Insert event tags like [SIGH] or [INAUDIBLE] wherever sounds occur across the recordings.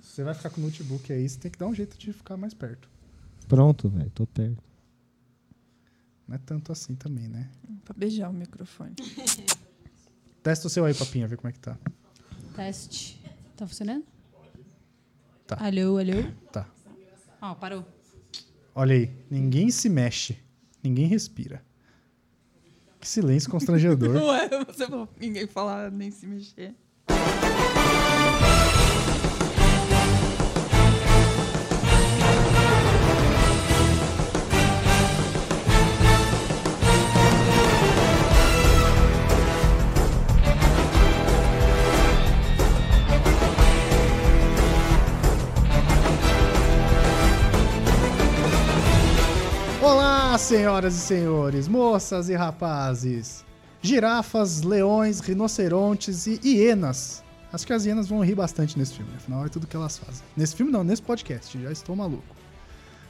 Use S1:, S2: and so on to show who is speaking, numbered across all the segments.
S1: Você vai ficar com o notebook aí, você tem que dar um jeito de ficar mais perto.
S2: Pronto, velho, tô perto.
S1: Não é tanto assim também, né?
S3: Pra beijar o microfone.
S1: Testa o seu aí, papinha, ver como é que tá.
S4: Teste. Tá funcionando?
S1: Tá.
S4: Alô, alô.
S1: Tá.
S4: Ó, parou.
S1: Olha aí, ninguém se mexe, ninguém respira. Que silêncio constrangedor.
S3: Não é [LAUGHS] você falou, ninguém falar nem se mexer.
S1: Olá, senhoras e senhores, moças e rapazes, girafas, leões, rinocerontes e hienas. Acho que as hienas vão rir bastante nesse filme, afinal é tudo que elas fazem. Nesse filme não, nesse podcast, já estou maluco.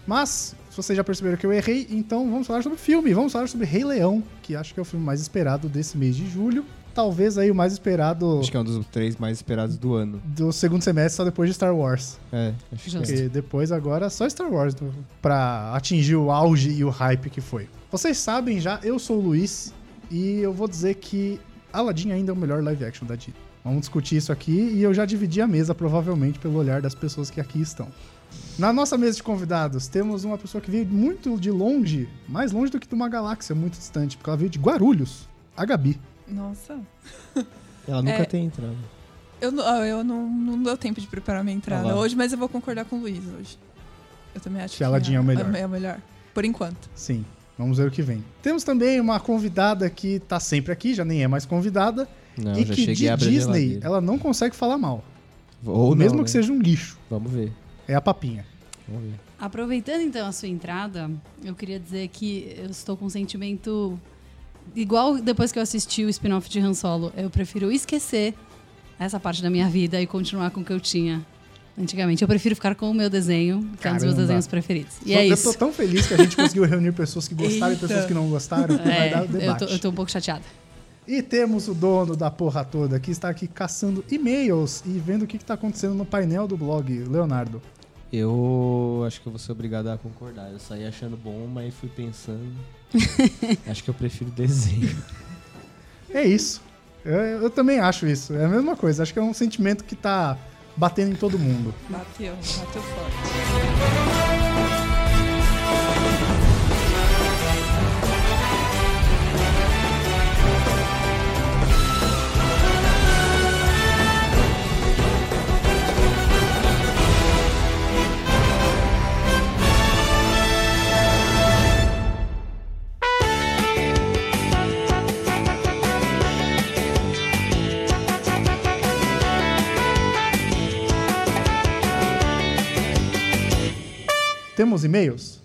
S1: Mas, se vocês já perceberam que eu errei, então vamos falar sobre filme, vamos falar sobre Rei Leão, que acho que é o filme mais esperado desse mês de julho. Talvez aí o mais esperado
S2: Acho que é um dos três mais esperados do ano.
S1: do segundo semestre, só depois de Star Wars.
S2: É, acho que
S4: Justo.
S2: é.
S1: Porque depois agora só Star Wars do- pra atingir o auge e o hype que foi. Vocês sabem já, eu sou o Luiz e eu vou dizer que Aladdin ainda é o melhor live action da Disney. Vamos discutir isso aqui e eu já dividi a mesa provavelmente pelo olhar das pessoas que aqui estão. Na nossa mesa de convidados, temos uma pessoa que veio muito de longe, mais longe do que de uma galáxia muito distante, porque ela veio de Guarulhos, a Gabi.
S3: Nossa.
S2: Ela nunca
S3: É.
S2: tem entrado.
S3: Eu, não- ah, eu não, não deu tempo de preparar minha entrada
S2: Ah lá.
S3: hoje, mas eu vou concordar com o Luiz hoje. Eu também acho
S1: Que
S3: que,
S1: Aladdin é o melhor.
S3: É o melhor. Por enquanto.
S1: Sim, vamos ver o que vem. Temos também uma convidada que tá sempre aqui, já nem é mais convidada,
S2: Não,
S1: e
S2: já
S1: que
S2: cheguei
S1: de
S2: a abrir a
S1: Disney
S2: geladeira.
S1: ela não consegue falar mal.
S2: Ou não,
S1: mesmo
S2: né?
S1: que seja um lixo.
S2: Vamos ver.
S1: É a papinha.
S2: Vamos ver.
S4: Aproveitando então a sua entrada, eu queria dizer que eu estou com um sentimento igual depois que eu assisti o spin-off de Han Solo. Eu prefiro esquecer essa parte da minha vida e continuar com o que eu tinha antigamente. Eu prefiro ficar com o meu desenho, que é um dos meus
S1: Caramba.
S4: desenhos preferidos. E
S1: Só-
S4: é
S1: eu
S4: isso.
S1: tô tão feliz que a gente conseguiu reunir pessoas que gostaram e
S3: Eita.
S1: pessoas que não gostaram. que vai
S4: É,
S1: dar o
S4: eu, tô,
S1: debate.
S4: eu tô um pouco
S1: [LAUGHS]
S4: chateada.
S1: E temos o dono da porra toda que está aqui caçando e-mails e vendo o que, que tá acontecendo no painel do blog, Leonardo.
S2: Eu acho que eu vou ser obrigado a concordar. Eu saí achando bom, mas
S1: [LAUGHS]
S2: fui pensando. acho que eu prefiro desenho.
S1: É isso. Eu, eu também acho isso. É a mesma coisa. Acho que é um sentimento que tá batendo em todo mundo.
S3: Bateu, bateu forte.
S1: Temos e-mails?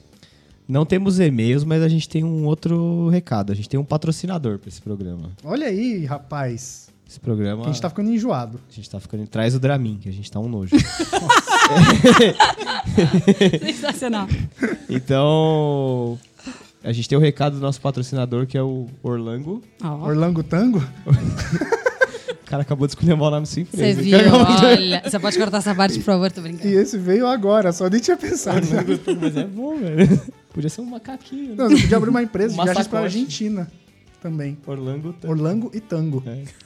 S2: Não temos e-mails, mas a gente tem um outro recado. A gente tem um patrocinador pra esse programa.
S1: Olha aí, rapaz.
S2: Esse programa.
S1: Que a gente tá ficando enjoado.
S2: a gente tá ficando. Traz o Dramin, que a gente tá
S1: [LAUGHS]
S2: um nojo.
S4: Sensacional.
S2: então. A gente tem o recado do nosso patrocinador, que é o Orlango.
S4: Ó,
S1: Orlango Tango?
S2: O cara acabou de escolher o nome sem
S4: Você
S1: [LAUGHS]
S2: empresa.
S4: viu, olha. Você pode cortar essa parte, por favor, tô
S1: E
S4: brincando.
S1: esse veio agora, só nem tinha pensado. Né?
S2: [LAUGHS] Mas é bom, velho. Podia ser um macaquinho.
S1: Não, você podia abrir uma empresa de
S2: Uma
S1: viagens pra
S2: sacote.
S1: Argentina também.
S2: Orlango tá.
S1: Orlango e Tango.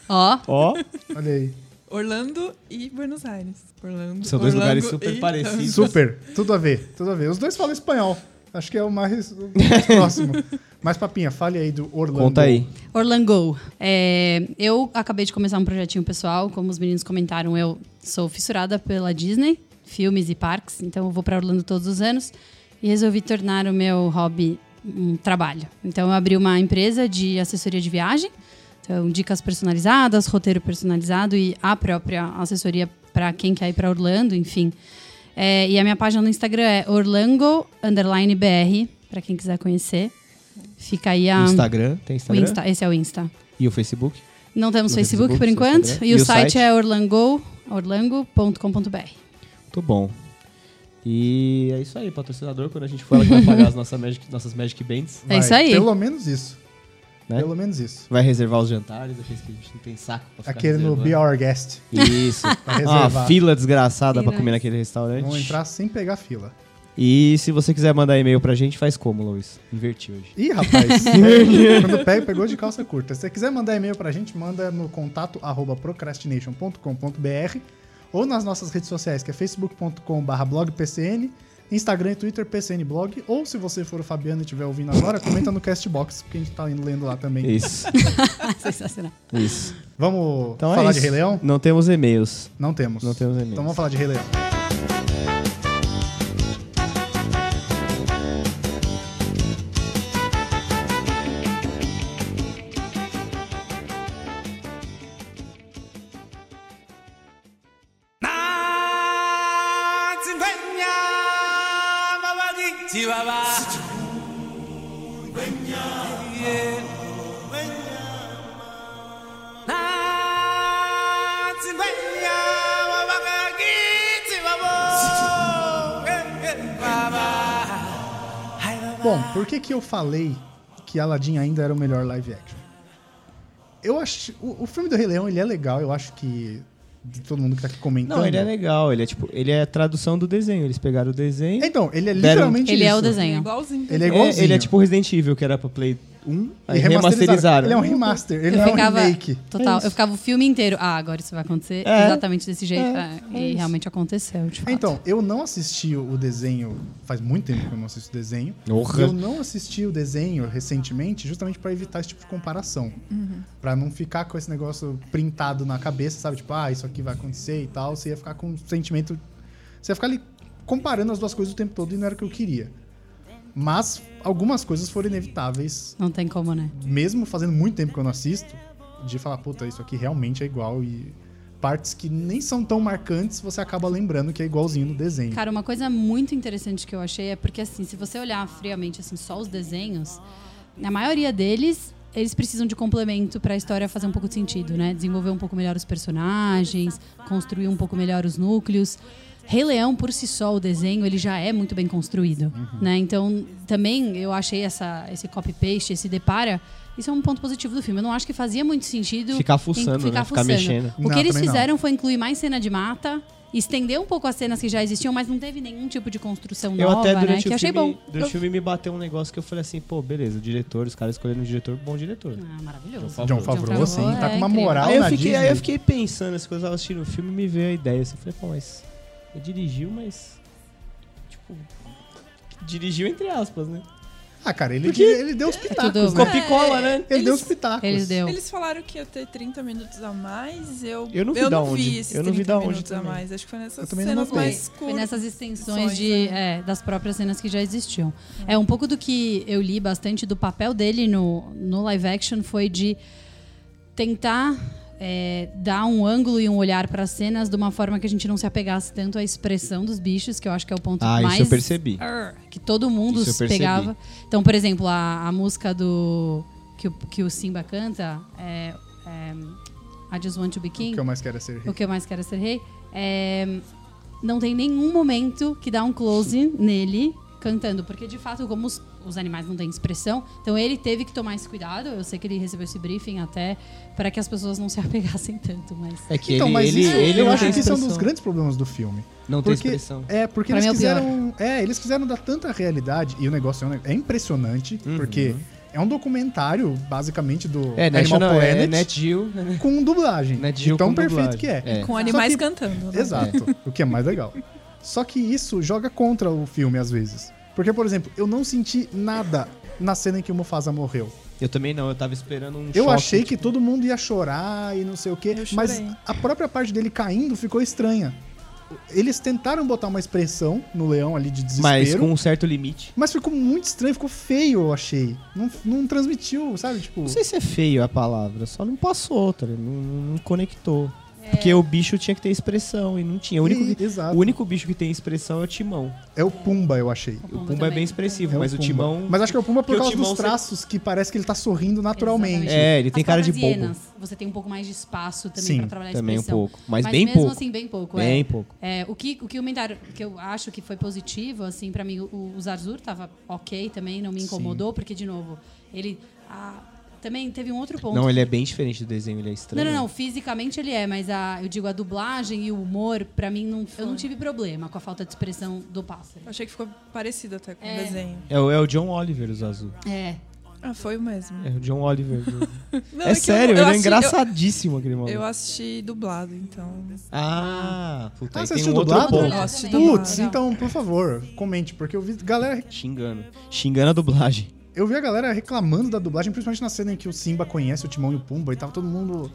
S4: Ó,
S2: Ó,
S1: Olha aí.
S3: Orlando e Buenos Aires. Orlando,
S2: São dois
S3: Orlando
S2: lugares super
S3: e-
S2: parecidos.
S1: Super. Tudo a ver. Tudo a ver. Os dois falam espanhol. Acho que é o mais, o mais próximo. Mas, Papinha, fale aí do Orlando.
S2: Conta aí.
S4: Orlango. É, eu acabei de começar um projetinho pessoal, como os meninos comentaram, eu sou fissurada pela Disney, filmes e parques, então eu vou para Orlando todos os anos e resolvi tornar o meu hobby um trabalho. Então eu abri uma empresa de assessoria de viagem, então dicas personalizadas, roteiro personalizado e a própria assessoria para quem quer ir para Orlando, enfim. É, e a minha página no Instagram é orlango_br para quem quiser conhecer. Fica aí a
S2: O Instagram, tem
S4: Tá. o
S2: Instagram?
S4: Insta, esse é o Insta.
S2: E o Facebook?
S4: Não temos
S2: No
S4: Facebook,
S2: Facebook,
S4: por
S2: só
S4: enquanto.
S2: Instagram.
S4: E, o site, é orlango, orlango.com.br.
S2: Muito bom. E é isso aí, patrocinador. Quando a gente for, ela que vai pagar as nossa Magic, nossas Magic Bands.
S4: É isso aí.
S1: Pelo menos isso.
S2: né?
S1: Pelo menos isso.
S2: Vai reservar os jantares, aqueles que a gente não tem saco pra ficar
S1: Aquele no
S2: reservando.
S1: Be Our Guest. [LAUGHS]
S2: Isso. Uma
S1: reservado.
S2: fila desgraçada pra
S4: Fila.
S2: comer naquele restaurante.
S1: Vão entrar sem pegar fila.
S2: E se você quiser mandar e-mail pra gente, faz como, Luiz?
S1: [LAUGHS]
S2: Inverti hoje.
S1: Ih,
S2: [LAUGHS]
S1: rapaz. é, quando pega, pegou de calça curta. Se você quiser mandar e-mail pra gente, manda no contato arroba procrastination.com.br ou nas nossas redes sociais, que é facebook.com.br blogpcn, Instagram e Twitter PCN Blog, ou se você for o Fabiano e estiver ouvindo agora, comenta no Castbox, porque a gente tá indo lendo lá também.
S2: Isso,
S4: Sensacional.
S2: isso.
S1: Vamos
S2: Então é
S1: falar de
S2: isso.
S1: Rei Leão?
S2: Não temos e-mails.
S1: Não temos.
S2: Não temos e-mails.
S1: Então vamos falar de Rei Leão. Bom, por que que eu falei que Aladdin ainda era o melhor live action? Eu acho... O, o filme do Rei Leão, ele é legal. Eu acho que de todo mundo que tá aqui comentando...
S2: Não, ele é legal. Ele é tipo, ele é a tradução do desenho. Eles pegaram o desenho.
S1: Então, ele é
S2: Deram-
S1: literalmente
S4: Ele é o
S1: isso.
S3: É
S4: desenho.
S3: igualzinho.
S1: Ele é
S2: É,
S1: igualzinho.
S2: ele é tipo Resident Evil, que era pra Play 1,
S1: E
S2: aí remasterizaram.
S1: Ele é um remaster, ele
S4: eu
S1: não
S4: ficava,
S1: é um remake.
S2: É
S4: Total,
S2: isso.
S4: eu ficava o filme inteiro. Ah, agora isso vai acontecer
S2: É.
S4: exatamente desse jeito.
S2: É,
S4: Ah,
S2: é
S4: e
S2: isso.
S4: realmente aconteceu, de fato.
S1: Então, eu não assisti o desenho, faz muito tempo que eu não assisto o desenho.
S2: Orra.
S1: Eu não assisti o desenho recentemente, justamente pra evitar esse tipo de comparação.
S4: Uhum.
S1: Pra não ficar com esse negócio printado na cabeça, sabe? Tipo, ah, isso aqui vai acontecer e tal. Você ia ficar com um sentimento. Você ia ficar ali comparando as duas coisas o tempo todo e não era o que eu queria. Mas algumas coisas foram inevitáveis
S4: Não tem como, né?
S1: mesmo fazendo muito tempo que eu não assisto, de falar, puta, isso aqui realmente é igual e partes que nem são tão marcantes, você acaba lembrando que é igualzinho no desenho.
S4: Cara, uma coisa muito interessante que eu achei é porque, assim, se você olhar friamente, assim, só os desenhos, na maioria deles, eles precisam de complemento pra história fazer um pouco de sentido, né? Desenvolver um pouco melhor os personagens, construir um pouco melhor os núcleos. Rei Leão, por si só, o desenho, ele já é muito bem construído,
S2: Uhum.
S4: né? Então, também eu achei essa, esse copy-paste, esse depara, isso é um ponto positivo do filme. Eu não acho que fazia muito sentido...
S2: Ficar fuçando,
S4: em-
S2: né? Ficar mexendo.
S4: O
S1: Não,
S4: que eles
S1: também não.
S4: fizeram foi incluir mais cena de mata, estender um pouco as cenas que já existiam, mas não teve nenhum tipo de construção
S2: Eu
S4: nova,
S2: até
S4: né?
S2: durante
S4: que
S2: o
S4: achei
S2: filme,
S4: bom.
S2: durante o filme me bateu um negócio que eu falei assim, pô, beleza, o diretor, os caras escolheram um diretor, bom diretor.
S4: Ah,
S2: John
S4: maravilhoso.
S2: Favreau.
S1: John Favreau,
S4: Favreau,
S1: sim, tá
S4: é
S1: com uma
S4: incrível.
S1: moral
S2: Aí eu,
S1: na
S2: fiquei,
S1: Disney.
S2: aí eu fiquei pensando, essas coisas eu tava assistindo o filme me veio a ideia. Assim, eu falei, pô, mas ele dirigiu, mas. Tipo. Dirigiu entre aspas, né?
S1: Ah, cara, ele,
S2: Porque-
S1: ele deu os pitacos.
S4: tudo-
S1: né?
S2: Ficou picola, né?
S1: Ele deu os
S3: eles-
S1: pitacos.
S4: Eles deu.
S3: Eles falaram que ia ter 30 minutos a mais, eu,
S2: Eu não vi da onde.
S3: vi esses
S2: Eu não vi
S3: 30
S2: da onde
S3: minutos a
S2: também.
S3: mais. Acho que foi
S1: Eu
S3: nessas
S1: também não
S3: cenas
S1: notei.
S3: mais
S4: Foi
S3: curtas. né?
S4: nessas extensões
S3: Sonhos,
S4: de, é, das próprias cenas que já existiam. É um pouco do que eu li bastante do papel dele no, no live action foi de tentar é, dar um ângulo e um olhar para as cenas de uma forma que a gente não se apegasse tanto à expressão dos bichos, que eu acho que é o ponto
S2: Ah,
S4: mais
S2: isso eu percebi.
S4: Arr, que todo mundo
S2: Isso eu
S4: se
S2: percebi.
S4: pegava. Então, por exemplo, a, a música do que o, que o Simba canta é, é, I Just Want to Be
S1: O
S4: King.
S2: um
S1: que eu mais quero é ser
S4: O que eu mais quero é ser rei. É, não tem nenhum momento que dá um close nele cantando, porque de fato, como os, os animais não têm expressão, então ele teve que tomar esse cuidado. Eu sei que ele recebeu esse briefing até para que as pessoas não se [LAUGHS] apegassem tanto, mas.
S2: É que
S1: Então,
S2: ele,
S1: mas
S2: ele,
S1: isso,
S2: ele
S1: eu
S2: não
S1: acho
S2: tem
S1: que isso é um dos
S2: expressão.
S1: grandes problemas do filme.
S2: Não tem
S1: Porque,
S2: expressão.
S1: é, porque
S4: Pra
S1: eles
S4: mim é o pior.
S1: quiseram. É, eles quiseram dar tanta realidade. E o negócio é, um ne- é impressionante,
S2: Uhum.
S1: porque é um documentário, basicamente, do
S2: É,
S1: Animal
S2: National, é,
S1: Planet
S2: Net Geo.
S1: com dublagem.
S2: Net
S1: de
S2: Geo
S1: tão
S2: Né, com
S1: perfeito
S2: dublagem.
S1: que é.
S2: É.
S3: Com animais
S1: Só que-
S3: cantando. né?
S1: Exato, o que é mais legal. Só que isso joga contra o filme às vezes. Porque, por exemplo, eu não senti nada na cena em que o Mufasa morreu.
S2: Eu também não, eu tava esperando um
S1: Eu
S2: choque,
S1: achei que
S2: tipo,
S1: todo mundo ia chorar e não sei o quê,
S3: Eu chorei.
S1: mas a própria parte dele caindo ficou estranha. Eles tentaram botar uma expressão no leão ali de
S2: Mas
S1: desespero, mas,
S2: com um certo limite.
S1: ficou muito estranho, ficou feio, eu achei. Não, não transmitiu, sabe? Tipo,
S2: Não sei se é feio a palavra, só não passou, tá ligado? Não, não conectou. Porque o bicho tinha que ter expressão e não tinha. é O único,
S1: e-
S2: que-
S1: exato.
S2: o único bicho que tem expressão é o timão.
S1: É o Pumba, eu achei.
S2: O Pumba é
S4: também. né?
S2: bem expressivo,
S1: É
S2: mas o
S1: Pumba.
S2: timão.
S1: Mas acho que é o Pumba
S2: Porque
S1: por
S2: o
S1: causa
S2: Timão
S1: dos
S2: se-
S1: traçamente. traços que parece que ele tá sorrindo naturalmente.
S4: Exatamente.
S2: É, ele tem
S4: As
S2: cara de
S4: próprias
S2: bobo.
S4: hienas, Você tem um pouco mais de espaço também
S1: Sim,
S4: para trabalhar a
S2: Também um
S4: expressão.
S2: pouco. Mas, bem
S4: mesmo
S2: pouco.
S4: assim, bem pouco. é.
S2: bem pouco.
S4: É, o que o que o comentário que eu acho que foi positivo, assim, pra mim, o, o Zarzur tava ok também, não me incomodou, porque, de novo, ele. a- também teve um outro ponto.
S5: Não, ele é bem diferente do desenho, ele é
S4: Não,
S5: estranho.
S4: não, não. Fisicamente ele é, mas a, eu digo a dublagem e o humor, pra mim, não, eu não tive problema com a falta de expressão do pássaro.
S3: Eu achei que ficou parecido até com
S4: É.
S3: o desenho.
S5: É, o- é o John Oliver, os azul.
S4: É.
S3: Ah, foi o mesmo.
S5: É o John Oliver.
S2: [LAUGHS]
S5: do-
S3: Não,
S5: é
S3: que eu-
S5: sério,
S3: eu
S5: ele é
S3: assisti-
S5: engraçadíssimo aquele
S3: Eu,
S5: maluco.
S3: eu assisti dublado, então.
S5: Ah, puta,
S2: É.
S1: Ah,
S5: aí
S1: você
S5: tem
S1: assistiu
S5: um outro
S1: dublado?
S5: ponto.
S3: Eu assisti
S4: Também.
S3: dublado.
S1: Putz,
S4: Legal.
S1: então, por favor, comente, porque eu vi galera,
S5: Xingando. Xingando a dublagem.
S1: eu vi a galera reclamando da dublagem, principalmente na cena em que o Simba conhece o Timão e o Pumba e tava todo mundo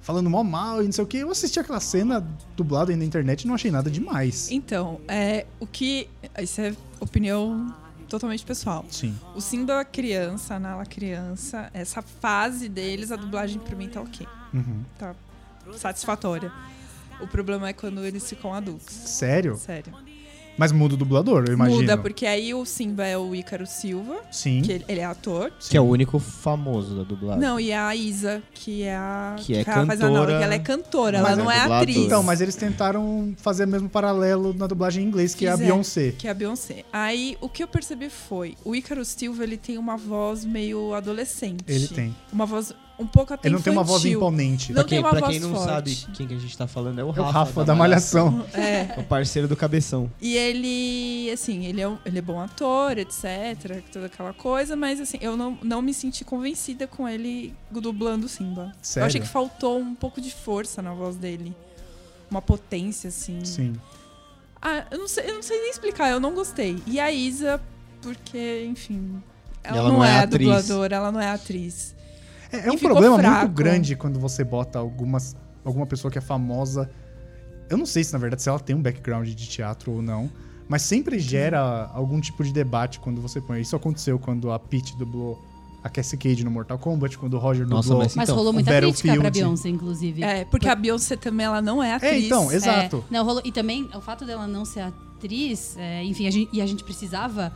S1: falando mal mal e não sei o que. Eu assisti aquela cena dublada aí na internet e não achei nada demais.
S3: Então, é, o que. Isso é opinião totalmente pessoal.
S1: Sim.
S3: O Simba criança, a Nala criança, essa fase deles, a dublagem pra mim tá ok.
S1: Uhum.
S3: Tá satisfatória. O problema é quando eles ficam adultos.
S1: Sério?
S3: Sério.
S1: Mas muda o dublador, eu imagino.
S3: Muda, porque aí o Simba é o Ícaro Silva,
S1: Sim.
S3: que ele, ele é ator.
S5: Que é o único famoso da dublagem.
S3: Não, e é a Isa, que é a.
S5: Que é
S3: ela faz a Nala,
S5: cantora.
S3: que ela é cantora,
S5: Mas
S3: ela não
S5: é
S3: é
S5: dubladora.
S3: atriz.
S1: Então, mas eles tentaram fazer o mesmo paralelo na dublagem em inglês, que é a
S3: Fizeram.
S1: Beyoncé.
S3: Que é a Beyoncé. Aí, o que eu percebi foi, o Ícaro Silva, ele tem uma voz meio adolescente.
S1: Ele tem.
S3: Uma voz um pouco até
S1: Ele não tem uma voz
S3: infantil.
S1: imponente. né?
S3: Não
S5: Pra quem,
S3: tem uma
S5: pra
S3: voz
S5: quem não
S3: forte.
S5: sabe quem que a gente tá falando, é o
S1: É o
S5: Rafa.
S1: Rafa da Malhação.
S5: [LAUGHS]
S3: É.
S5: É O parceiro do Cabeção.
S3: E ele, assim, ele é, um- ele é bom ator, etc, toda aquela coisa, mas assim, eu não, não me senti convencida com ele dublando o Simba.
S1: Sério?
S3: Eu achei que faltou um pouco de força na voz dele. Uma potência, assim.
S1: Sim.
S3: Ah, eu não, sei, eu não sei nem explicar, eu não gostei. E a Isa, porque, enfim. Ela, não, é, a
S5: atriz.
S3: dubladora, ela não é a atriz.
S1: É, é um
S3: ficou
S1: problema
S3: fraco.
S1: muito grande quando você bota algumas, alguma pessoa que é famosa. Eu não sei se, na verdade, se ela tem um background de teatro ou não. Mas sempre gera algum tipo de debate quando você põe. Isso aconteceu quando a Peach dublou a Cassie Cage no Mortal Kombat, quando o Roger
S5: Nossa,
S1: dublou.
S5: mas-
S4: Mas
S5: Então,
S4: rolou muita
S1: Battlefield-
S4: crítica pra Beyoncé, inclusive.
S3: É, porque a Beyoncé também, ela não é atriz.
S1: É, então, exato.
S4: É, não, rolou, e também o fato dela não ser atriz, é, enfim, a gente- e a gente precisava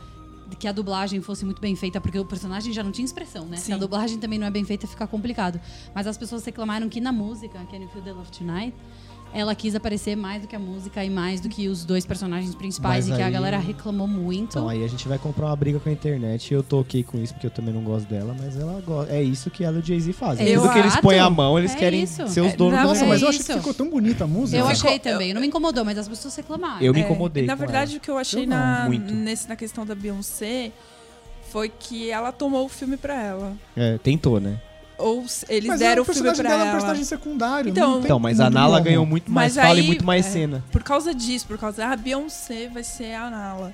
S4: de que a dublagem fosse muito bem feita, porque o personagem já não tinha expressão, né? Se a
S3: Sim.
S4: dublagem também não é bem feita, fica complicado. Mas as pessoas reclamaram que é na música, Can You Feel the Love Tonight, ela quis aparecer mais do que a música e mais do que os dois personagens principais,
S5: Mas
S4: e que a
S5: aí-
S4: galera reclamou muito.
S5: Então aí a gente vai comprar uma briga com a internet. Eu tô ok com isso, porque eu também não gosto dela, mas ela gosta. É isso que ela e o Jay-Z fazem.
S4: Eu
S5: Tudo que eles
S4: acho.
S5: põem a mão, eles
S4: É
S5: querem
S4: isso.
S5: ser os
S3: É,
S5: donos
S3: na-
S5: da
S1: Nossa,
S4: É
S1: mas eu
S4: isso.
S1: achei que ficou tão bonita a música.
S4: eu achei
S3: Ficou-
S4: também, não me incomodou, mas as pessoas reclamaram.
S5: Eu me
S3: É,
S5: incomodei.
S3: Na
S5: com
S3: verdade,
S5: ela.
S3: o que eu achei
S5: Eu não,
S3: na,
S5: muito.
S3: nesse, na questão da Beyoncé foi que ela tomou o filme pra ela.
S5: É, tentou, né?
S3: Ou se- eles
S1: Mas o
S3: deram o filme
S1: personagem
S3: pra
S1: dela é um
S3: ela.
S1: personagem secundário.
S3: Então-
S1: não tem
S5: Então, mas a
S1: muito
S5: Nala
S1: como.
S5: ganhou muito mais
S3: Mas
S5: fala e
S3: aí-
S5: muito mais
S3: é.
S5: cena.
S3: Por causa disso, por causa da Beyoncé vai ser a Nala.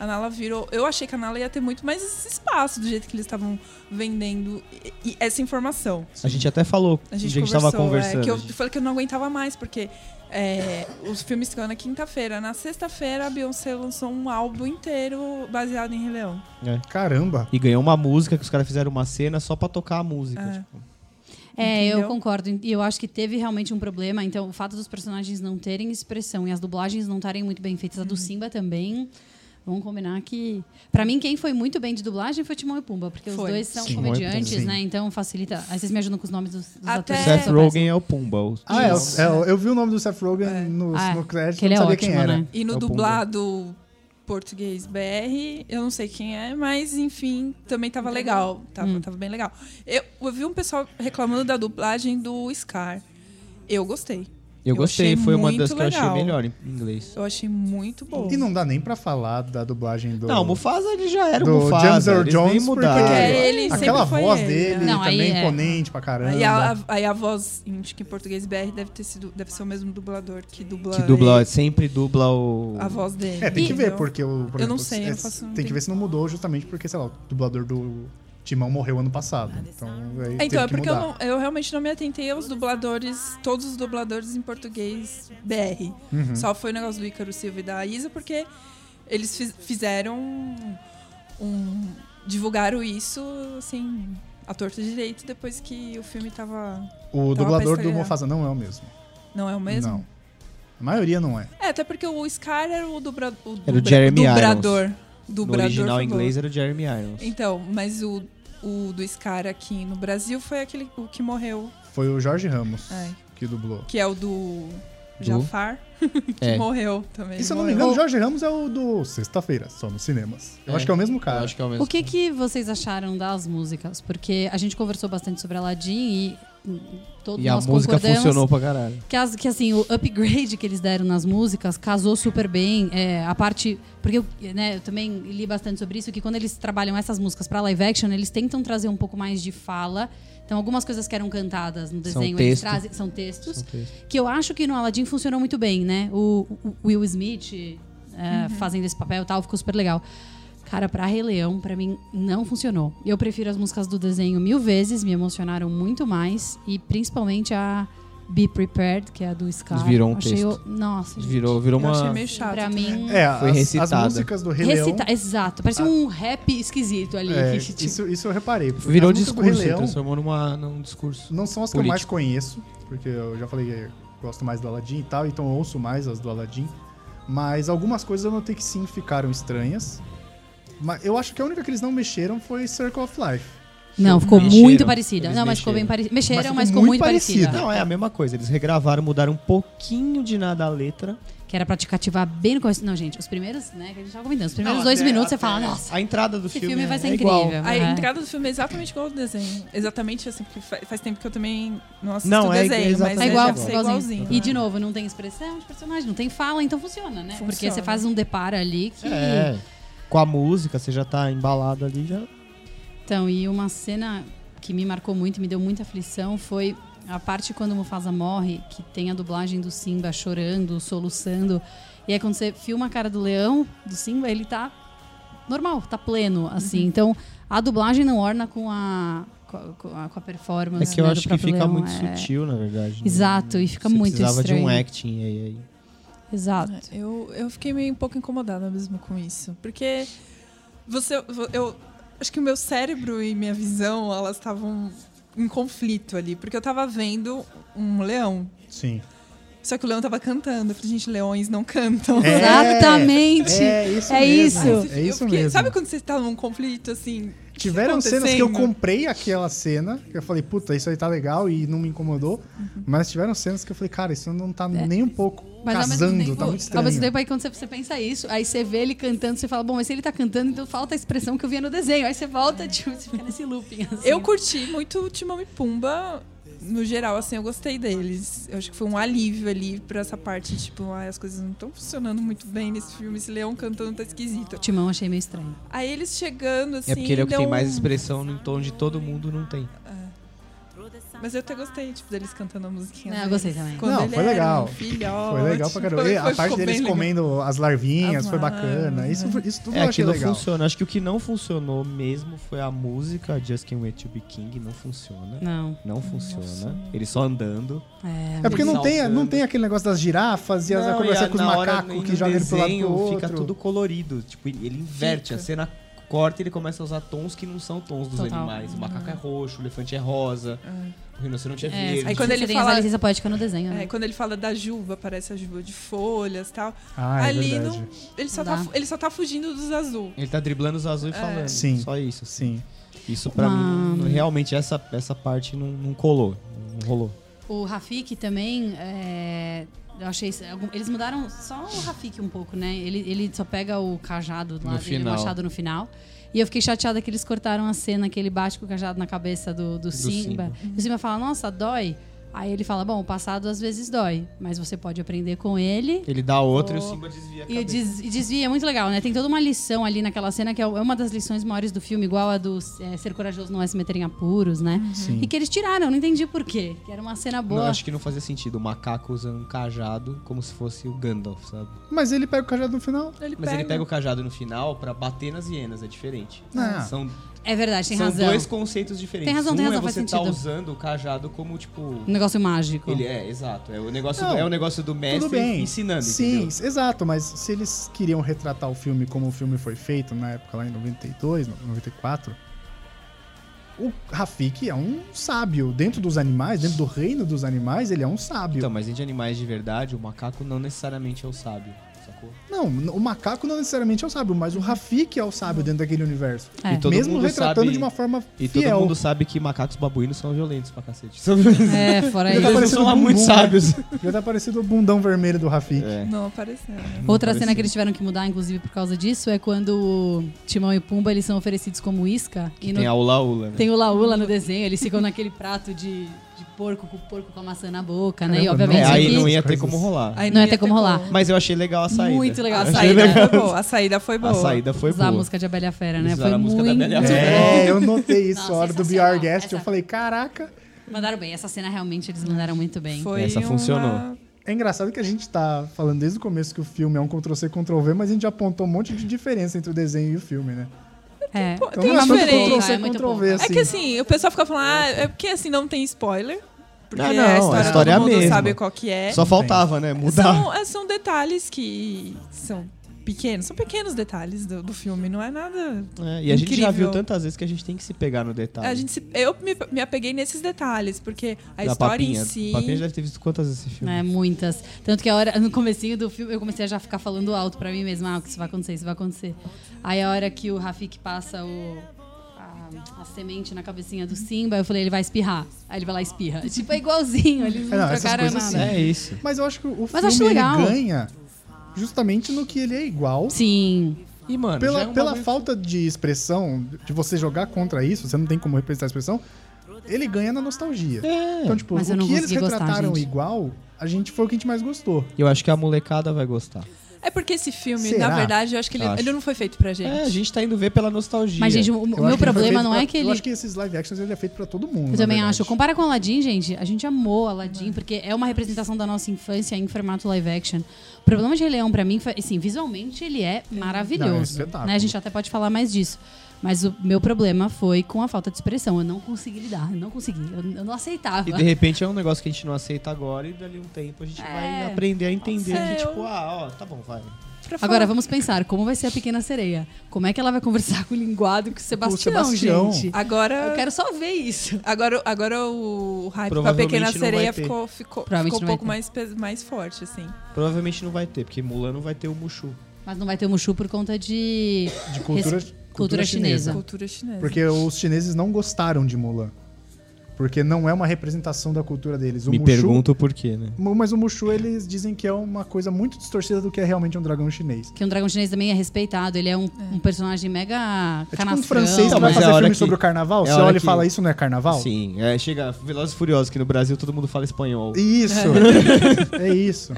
S3: A Nala virou. Eu achei que a Nala ia ter muito mais esse espaço do jeito que eles estavam vendendo e- e essa informação.
S5: A gente até falou,
S3: A gente,
S5: tava
S3: conversou,
S5: conversando.
S3: É, que eu
S5: a gente-
S3: falei que eu não aguentava mais, porque é, os filmes estão na quinta-feira. Na sexta-feira, a Beyoncé lançou um álbum inteiro baseado em Rei Leão.
S1: Caramba.
S5: E ganhou uma música que os caras fizeram uma cena só pra tocar a música.
S3: É.
S5: tipo.
S4: É, eu
S3: Entendeu?
S4: concordo. E eu acho que teve realmente um problema. Então, o fato dos personagens não terem expressão e as dublagens não estarem muito bem feitas, a
S3: Uhum.
S4: do Simba também. Vamos combinar que. Pra mim, quem foi muito bem de dublagem foi Timão e Pumba, porque os
S3: Foi.
S4: dois são
S5: Sim.
S4: comediantes,
S1: Sim.
S4: né? Então facilita. Aí vocês me ajudam com os nomes dos, dos
S3: Até-
S4: atores.
S3: É.
S5: Seth
S4: Eu sou
S5: Rogen é o Pumba. o-
S1: Ah, é,
S5: Isso.
S1: o- é, o- eu vi o nome do Seth Rogen no,
S4: Ah,
S1: no
S4: péssima,
S1: crédito,
S4: Que ele
S1: não
S4: é
S1: sabia
S4: ótimo,
S1: quem era.
S4: né?
S3: E
S5: É
S3: no
S5: o Pumba.
S3: dublado português BR, eu não sei quem é, mas enfim, também tava legal. Tava, tava bem legal. Eu, eu vi um pessoal reclamando da dublagem do Scar. Eu gostei.
S5: Eu
S3: Eu
S5: gostei,
S3: achei
S5: foi uma
S3: muito
S5: das que eu achei
S3: legal.
S5: melhor em inglês.
S3: Eu achei muito bom.
S1: E não dá nem pra falar da dublagem do.
S5: Não, o Mufasa ele já era
S1: Do
S5: o Mufasa.
S1: James Earl
S5: eles nem
S1: Jones, porque-
S5: mudaram.
S3: Porque ele sempre
S1: Aquela
S3: foi
S1: voz
S3: ele,
S1: dele
S3: né?
S4: Não, aí
S1: também
S4: é.
S1: imponente pra caramba.
S3: Aí a, a- aí a voz, acho que em português BR deve ter sido, deve ser o mesmo dublador que dubla,
S5: É. Que dubla, sempre dubla o.
S3: a voz dele.
S1: É, tem que ver,
S3: entendeu?
S1: porque o. por
S3: Eu não sei, eu não
S1: é-
S3: faço- não
S1: Tem que
S3: tenho-
S1: ver se não mudou, justamente porque, sei lá, o dublador do Timão morreu ano passado. Então, aí
S3: É, Ah, Então, é
S1: teve que
S3: porque eu,
S1: mudar.
S3: não- eu realmente não me atentei aos dubladores, todos os dubladores em português BR.
S1: Uhum. Hum.
S3: Só foi o negócio do Ícaro Silva e da Isa, porque eles fiz- fizeram um- um. divulgaram isso, assim, à torta direito, depois que o filme tava.
S1: O
S3: Tava
S1: dublador do
S3: pesquisando.
S1: Mufasa não é o mesmo.
S3: Não é o mesmo?
S1: Não. A maioria não é.
S3: É, até porque o Scar era o, dubra, o,
S5: Era o
S3: dubra-
S5: Jeremy
S3: dubrador.
S5: No
S3: Dubrador.
S5: original
S3: foi bom.
S5: inglês era o Jeremy Irons.
S3: Então, mas o, o do Scar aqui no Brasil foi aquele o que morreu, Ah. é.
S1: Foi o Jorge Ramos
S3: Ai.
S1: que dublou.
S3: que é o do Jafar, [LAUGHS] que
S5: É.
S3: morreu também.
S1: E se eu não me
S3: morreu.
S1: engano, Jorge Ramos é o do Sexta-feira, só nos cinemas. Eu
S5: É.
S1: acho que é o mesmo
S5: Eu
S1: cara.
S5: acho que é o mesmo.
S4: O que, que vocês acharam das músicas? Porque a gente conversou bastante sobre Aladdin e hum, todos
S5: E a
S4: nós
S5: música
S4: concordamos
S5: funcionou pra caralho.
S4: que, as- que, assim, o upgrade que eles deram nas músicas casou super bem. É, a parte. Porque eu, né, eu também li bastante sobre isso, que quando eles trabalham essas músicas pra live action, eles tentam trazer um pouco mais de fala. Então, algumas coisas que eram cantadas no desenho,
S5: texto.
S4: eles trazem. São textos.
S5: São textos.
S4: Que eu acho que no Aladdin funcionou muito bem, né? O, o- o Will Smith é, fazendo esse papel e tal, ficou super legal. Cara, pra Rei Leão, pra mim, não funcionou. Eu prefiro as músicas do desenho mil vezes, me emocionaram muito mais. E principalmente a Be Prepared, que é a do Scar.
S5: Virou um
S4: Achei
S5: texto.
S4: o- Nossa, gente.
S5: Virou, virou
S3: Eu achei
S5: uma.
S3: meio chato.
S4: Pra
S3: também.
S4: mim...
S5: Foi
S1: É, as, as
S5: recitada.
S1: músicas do Rei Leão. Ah.
S4: recita- Exato, parecia um rap esquisito ali.
S1: é,
S4: que, tipo, então,
S1: isso, isso eu reparei.
S5: Virou
S1: As músicas do Rei
S5: discurso, se
S1: Leão
S5: transformou numa, num discurso.
S1: não são as que eu
S5: Político.
S1: mais conheço, porque eu já falei que eu gosto mais do Aladdin e tal, então eu ouço mais as do Aladdin. Mas algumas coisas eu notei que sim ficaram estranhas. Mas eu acho que a única que eles não mexeram foi Circle of Life.
S4: Não, ficou
S5: Mexeram.
S4: muito parecida.
S5: Eles
S4: não, mas ficou bem
S5: mexeram.
S4: parecida. Mexeram,
S1: Mas
S4: mas,
S1: ficou
S4: ficou
S1: muito
S4: muito parecida.
S1: parecida.
S2: Não, é a mesma coisa. Eles regravaram, mudaram um pouquinho de nada a letra.
S4: Que era pra te cativar bem no começo. Não, gente, os primeiros, né, que a gente tava comentando. Os primeiros
S2: Não,
S4: dois
S2: até-
S4: minutos você
S2: até
S4: fala, nossa,
S2: A entrada do
S4: esse
S2: filme,
S4: filme, vai
S2: é-
S4: ser
S2: é
S4: incrível.
S2: igual.
S3: A
S4: né?
S3: entrada do filme é exatamente igual ao desenho. Exatamente assim, porque fa- faz tempo que eu também não assisto
S2: Não,
S3: o
S2: é
S3: desenho, mas
S2: exatamente
S4: É igual,
S3: deve ser igualzinho.
S2: né?
S4: E de novo, não tem expressão de personagem, não tem fala, então funciona, né? Porque
S3: Funciona.
S4: você faz um deparo ali que.
S2: É. Com a música, você já tá embalado ali, já.
S4: Então, e uma cena que me marcou muito, me deu muita aflição, foi a parte quando o Mufasa morre, que tem a dublagem do Simba chorando, soluçando. E aí quando você filma a cara do leão, do Simba, ele tá normal, tá pleno, assim. Então, a dublagagem não orna com a, com a, com a- com a
S2: É
S4: performance.
S2: que eu
S4: né, do
S2: acho que
S4: próprio
S2: fica
S4: leão,
S2: muito
S4: é.
S2: sutil, na verdade. né?
S4: Exato, e fica
S2: Você
S4: muito
S2: precisava de um
S4: estranho.
S2: acting aí. aí.
S4: Exato.
S3: É, Eu, eu fiquei meio um pouco incomodada mesmo com isso. Porque você. vo- Eu acho que o meu cérebro e minha visão, elas estavam em conflito ali. Porque eu tava vendo um leão.
S1: Sim.
S3: Só que o leão tava cantando. Eu falei, gente, leões não cantam.
S1: É,
S4: Exatamente.
S1: É isso
S4: É
S1: mesmo.
S4: isso.
S1: É
S3: Eu
S1: isso
S3: fiquei-
S1: mesmo.
S3: Sabe quando você tá num conflito assim? o que
S1: Tiveram
S3: tá
S1: cenas que eu
S3: acontecendo?
S1: comprei aquela cena, que eu falei, puta, isso aí tá legal e não me incomodou. Mas tiveram cenas que eu falei, cara, isso não tá nem um pouco
S4: Uhum. É. ao mesmo
S1: casando,
S4: tempo-
S1: tá muito
S4: Ao
S1: estranho.
S4: mesmo tempo, aí quando você, você pensa isso, aí você vê ele cantando, você fala, bom, mas se ele tá cantando, então falta a expressão que eu via no desenho. Aí você volta, tipo, você fica nesse looping. assim.
S3: Eu curti muito Timão e Pumba. No geral, assim, eu gostei deles. Eu acho que foi um alívio ali pra essa parte, tipo, ah, as coisas não estão funcionando muito bem nesse filme, esse leão cantando tá esquisito.
S4: O Timão achei meio estranho.
S3: Aí eles chegando, assim.
S5: é porque ele é o que
S3: deu
S5: tem
S3: um-
S5: mais expressão no tom de todo mundo, não tem.
S3: Mas eu até gostei, tipo, deles cantando a musiquinha.
S4: Não, eu
S3: deles.
S4: gostei também.
S3: Quando
S1: Não,
S3: ele
S1: foi
S3: era
S1: legal.
S3: um filhote,
S1: Foi legal pra caramba.
S3: foi-
S1: E a
S3: foi-
S1: parte
S3: ficou
S1: deles
S3: bem legal.
S1: comendo as larvinhas
S3: As
S1: foi bacana.
S3: larvas,
S1: Isso, foi- isso tudo
S2: É,
S1: eu achei
S2: aquilo
S1: legal.
S2: funciona. Acho que o que não funcionou mesmo foi a música Just Can't Wait to Be King. Não funciona.
S4: Não.
S2: Não funciona. Ele só andando.
S4: É,
S1: É porque não tem,
S5: Saltando.
S1: não tem aquele negócio das girafas e as
S2: Não,
S1: conversar
S2: a-
S1: com os
S2: na hora,
S1: macacos
S2: no-
S1: que
S2: no
S1: jogam ele pro lado
S2: desenho,
S1: pro outro.
S2: Fica tudo colorido. Tipo, ele ele inverte. A cena corta e ele começa a usar tons que não são tons dos
S4: Total.
S5: Mas o macaco é roxo, o elefante é rosa, o rinoceronte é
S4: É,
S5: verde.
S3: Aí quando ele
S4: você tem
S3: fala-
S4: essa licença poética no desenho, né?
S3: É, quando ele fala da juba, parece a juba de folhas e tal.
S1: Ah, é
S3: Ali
S1: verdade.
S3: não, ele, só
S4: Não
S3: tá,
S4: dá.
S3: ele só tá fugindo dos azul.
S2: Ele tá driblando os azuis e falando.
S1: Sim.
S2: Só isso. assim.
S1: Sim.
S2: Isso pra
S4: Uma-
S2: mim, não- realmente, essa, essa parte não, não colou. Não rolou.
S4: O Rafik também, é, eu achei... isso- algum- Eles mudaram só o Rafik um pouco, né? Ele, ele só pega o cajado lá
S5: No
S4: dele, o
S5: final.
S4: machado no final. E eu fiquei chateada que eles cortaram a cena que ele bate com o cajado na cabeça do, do Simba.
S2: Simba.
S4: E o Simba fala, nossa, dói. Aí ele fala, bom, o passado às vezes dói, mas você pode aprender com ele.
S2: Ele dá outra e o Simba desvia a
S4: E, o
S2: cabeça.
S4: des, e desvia, é muito legal, né? Tem toda uma lição ali naquela cena, que é uma das lições maiores do filme, igual a do é, Ser Corajoso Não É Se Meter em Apuros, né?
S1: Sim.
S4: E que eles tiraram, não entendi por quê. Que era uma cena
S2: Não,
S4: boa.
S2: acho que não fazia sentido. O macaco usando um cajado como se fosse o Gandalf, sabe?
S1: Mas ele pega o cajado no final.
S3: Ele
S5: Mas
S3: pega.
S5: ele pega o cajado no final pra bater nas hienas, é diferente.
S1: Ah.
S5: São,
S4: É verdade, tem
S5: são
S4: razão.
S5: dois conceitos diferentes.
S4: Tem razão,
S5: um
S4: tem razão,
S5: é
S4: faz
S5: você tá
S4: sentido.
S5: usando o cajado como, tipo...
S4: Um negócio mágico.
S5: Ele é, exato. É o negócio,
S1: Não,
S5: do, é o negócio do
S1: Tudo
S5: mestre
S1: bem.
S5: ensinando,
S1: Sim,
S5: entendeu?
S1: exato. Mas se eles queriam retratar o filme como o filme foi feito na época, lá em 92, 94, o Rafik é um sábio. Dentro dos animais, dentro do reino dos animais, ele é um sábio.
S2: Então, mas entre animais de verdade, o macaco não necessariamente é o sábio. sabe? sacou?
S1: Não, o macaco não necessariamente é o sábio, mas o Rafik é o sábio dentro daquele universo.
S4: É.
S2: E todo
S1: Mesmo
S2: mundo
S1: retratando
S2: sabe-
S1: de uma forma
S2: E todo
S1: fiel.
S2: mundo sabe que macacos babuínos são violentos pra cacete.
S4: É, fora
S2: [LAUGHS]
S1: Ele
S4: isso.
S1: tá
S2: Eles
S1: parecendo
S2: são lá
S1: um
S2: muito
S1: bumbum, né?
S2: sábios.
S1: Já tá parecido o bundão vermelho do Rafik.
S2: É.
S3: Não apareceu. né?
S4: Outra
S2: Parece-
S4: cena que eles tiveram que mudar, inclusive, por causa disso, é quando o Timão e Pumba eles são oferecidos como isca. E no-
S2: Tem a Ula Ula, né?
S4: tem o Laula no desenho, eles ficam naquele prato de, de porco com o porco com a maçã na boca, né? E
S1: Caramba,
S4: obviamente
S2: É,
S1: Tem
S2: aí
S4: isso
S2: não
S4: aqui
S2: ia ter
S1: coisas.
S2: como rolar.
S3: Aí
S4: Não ia ter como rolar.
S2: Mas eu achei legal a saída.
S4: muito legal a
S2: Eu achei
S4: saída.
S2: legal.
S3: Foi boa, a saída foi boa.
S2: A saída foi
S4: usar a
S2: boa.
S4: música de Abelha Fera, né?
S2: Eles
S4: Foi
S2: usaram a música da
S4: muito
S2: Abelha Fera.
S1: É, eu notei isso
S4: Não,
S1: a hora do Be
S4: sensacional.
S1: Our Guest. Eu
S4: Essa-
S1: falei, caraca.
S4: Mandaram bem, essa cena realmente eles mandaram muito bem.
S3: Foi
S2: Essa funcionou.
S3: uma-
S1: É engraçado que a gente tá falando desde o começo que o filme é um Ctrl-C, Ctrl-V, mas a gente já apontou um monte de diferença entre o desenho e o filme, né?
S4: É.
S1: Então
S3: Tem
S1: não é tanto
S3: diferença,
S1: Ctrl-C,
S4: é muito
S1: Ctrl-V,
S4: pouco.
S1: assim.
S3: É que assim, o pessoal fica falando, ah, é porque assim não tem spoiler. Porque
S2: Ah, não,
S3: a história,
S2: a história é a
S3: todo mundo
S2: mesma.
S3: sabe qual que é.
S2: Só faltava, né? Mudar.
S3: São, é, são detalhes que são pequenos, são pequenos detalhes do, do filme, não é nada.
S2: É, e a gente já
S3: Incrível.
S2: viu tantas vezes que a gente tem que se pegar no detalhe.
S3: A gente se- eu me, me apeguei nesses detalhes, porque a
S2: da
S3: história
S2: papinha.
S3: em si.
S2: Papinha já deve ter visto quantas vezes esse filme.
S4: É, muitas. Tanto que a hora, [LAUGHS] no comecinho do filme, eu comecei a já ficar falando alto pra mim mesma, ah, que isso vai acontecer, isso vai acontecer. Aí a hora que o Rafik passa o, a, a semente na cabecinha do Simba, eu falei, ele vai espirrar. Aí ele vai lá e espirra. [LAUGHS] Tipo, é igualzinho, eles não,
S1: É, não, essas
S4: trocaram
S1: coisas
S4: nada.
S1: sim.
S2: É isso.
S1: Mas eu acho que o
S4: Mas acho
S1: filme ele
S4: legal.
S1: ganha justamente no que ele é igual.
S4: Sim.
S2: E, mano,
S1: Pela,
S2: já é um
S1: pela
S2: bagulho-
S1: falta de expressão, de você jogar contra isso, você não tem como representar a expressão, ele ganha na nostalgia.
S2: É.
S1: Então, tipo,
S4: Mas eu
S1: o
S4: não
S1: que eles
S4: consegui gostar,
S1: retrataram
S4: gente.
S1: igual, a gente foi o que a gente mais gostou.
S2: Eu acho que a molecada vai gostar.
S3: É porque esse filme,
S1: Será?
S3: na verdade, eu acho que ele,
S2: Acho.
S3: ele não foi feito pra gente.
S2: É, a gente tá indo ver pela nostalgia.
S4: Mas, gente,
S1: Eu
S4: o, o
S1: acho
S4: meu
S1: que ele foi
S4: problema
S1: feito
S4: não é
S1: pra-
S4: que
S1: Eu
S4: ele.
S1: acho que esses live actions ele é feito pra todo mundo.
S4: Eu
S1: na
S4: também
S1: verdade.
S4: acho. Compara com Aladdin, gente. A gente amou Aladdin, porque é uma representação da nossa infância em formato live action. O problema de Rei Leão, pra mim, foi, assim, visualmente ele é
S1: Não, é
S4: maravilhoso.
S1: espetáculo.
S4: né? A gente até pode falar mais disso. Mas o meu problema foi com a falta de expressão. Eu não consegui lidar, eu não consegui. Eu, eu não aceitava.
S2: E de repente é um negócio que a gente não aceita agora e dali um tempo a gente
S4: É,
S2: vai aprender a entender
S3: Nossa,
S2: que,
S3: eu-
S2: tipo, ah, ó, tá bom, vai.
S3: Pra falar-
S4: Agora, vamos pensar, como vai ser a Pequena Sereia? Como é que ela vai conversar com o linguado e com o Sebastião,
S1: Sebastião.
S4: gente?
S3: Agora,
S4: Eu quero só ver isso.
S3: agora, agora o hype pra
S2: Provavelmente
S3: Pequena
S2: não vai
S3: Sereia
S2: ter.
S3: ficou, ficou,
S4: Provavelmente
S3: ficou um
S4: não vai
S3: pouco
S4: ter.
S3: mais, pes- mais forte, assim.
S2: Provavelmente não vai ter, porque Mulan não vai ter o Mushu.
S4: Mas não vai ter o Mushu por conta de...
S1: De cultura,
S4: Esse-
S1: cultura,
S4: cultura
S1: chinesa.
S4: Exato.
S3: Cultura chinesa.
S1: Porque os chineses não gostaram de Mulan. Porque não é uma representação da cultura deles. O Mushu-
S2: por quê, né?
S1: Mu- Mas o Mushu, eles dizem que é uma coisa muito distorcida do que é realmente um dragão chinês.
S4: Que um dragão chinês também é respeitado. Ele é um, um personagem mega
S1: É tipo um
S4: canastrão.
S1: francês que
S2: Não,
S1: vai
S2: mas é a
S1: fazer
S2: hora
S1: filme
S2: que-
S1: sobre o carnaval.
S2: é
S1: Você
S2: a hora
S1: olha e
S2: que-
S1: fala, isso não é carnaval?
S2: Sim, é, chega Velozes e Furiosos, que no Brasil todo mundo fala espanhol. [LAUGHS]
S1: Isso. é isso.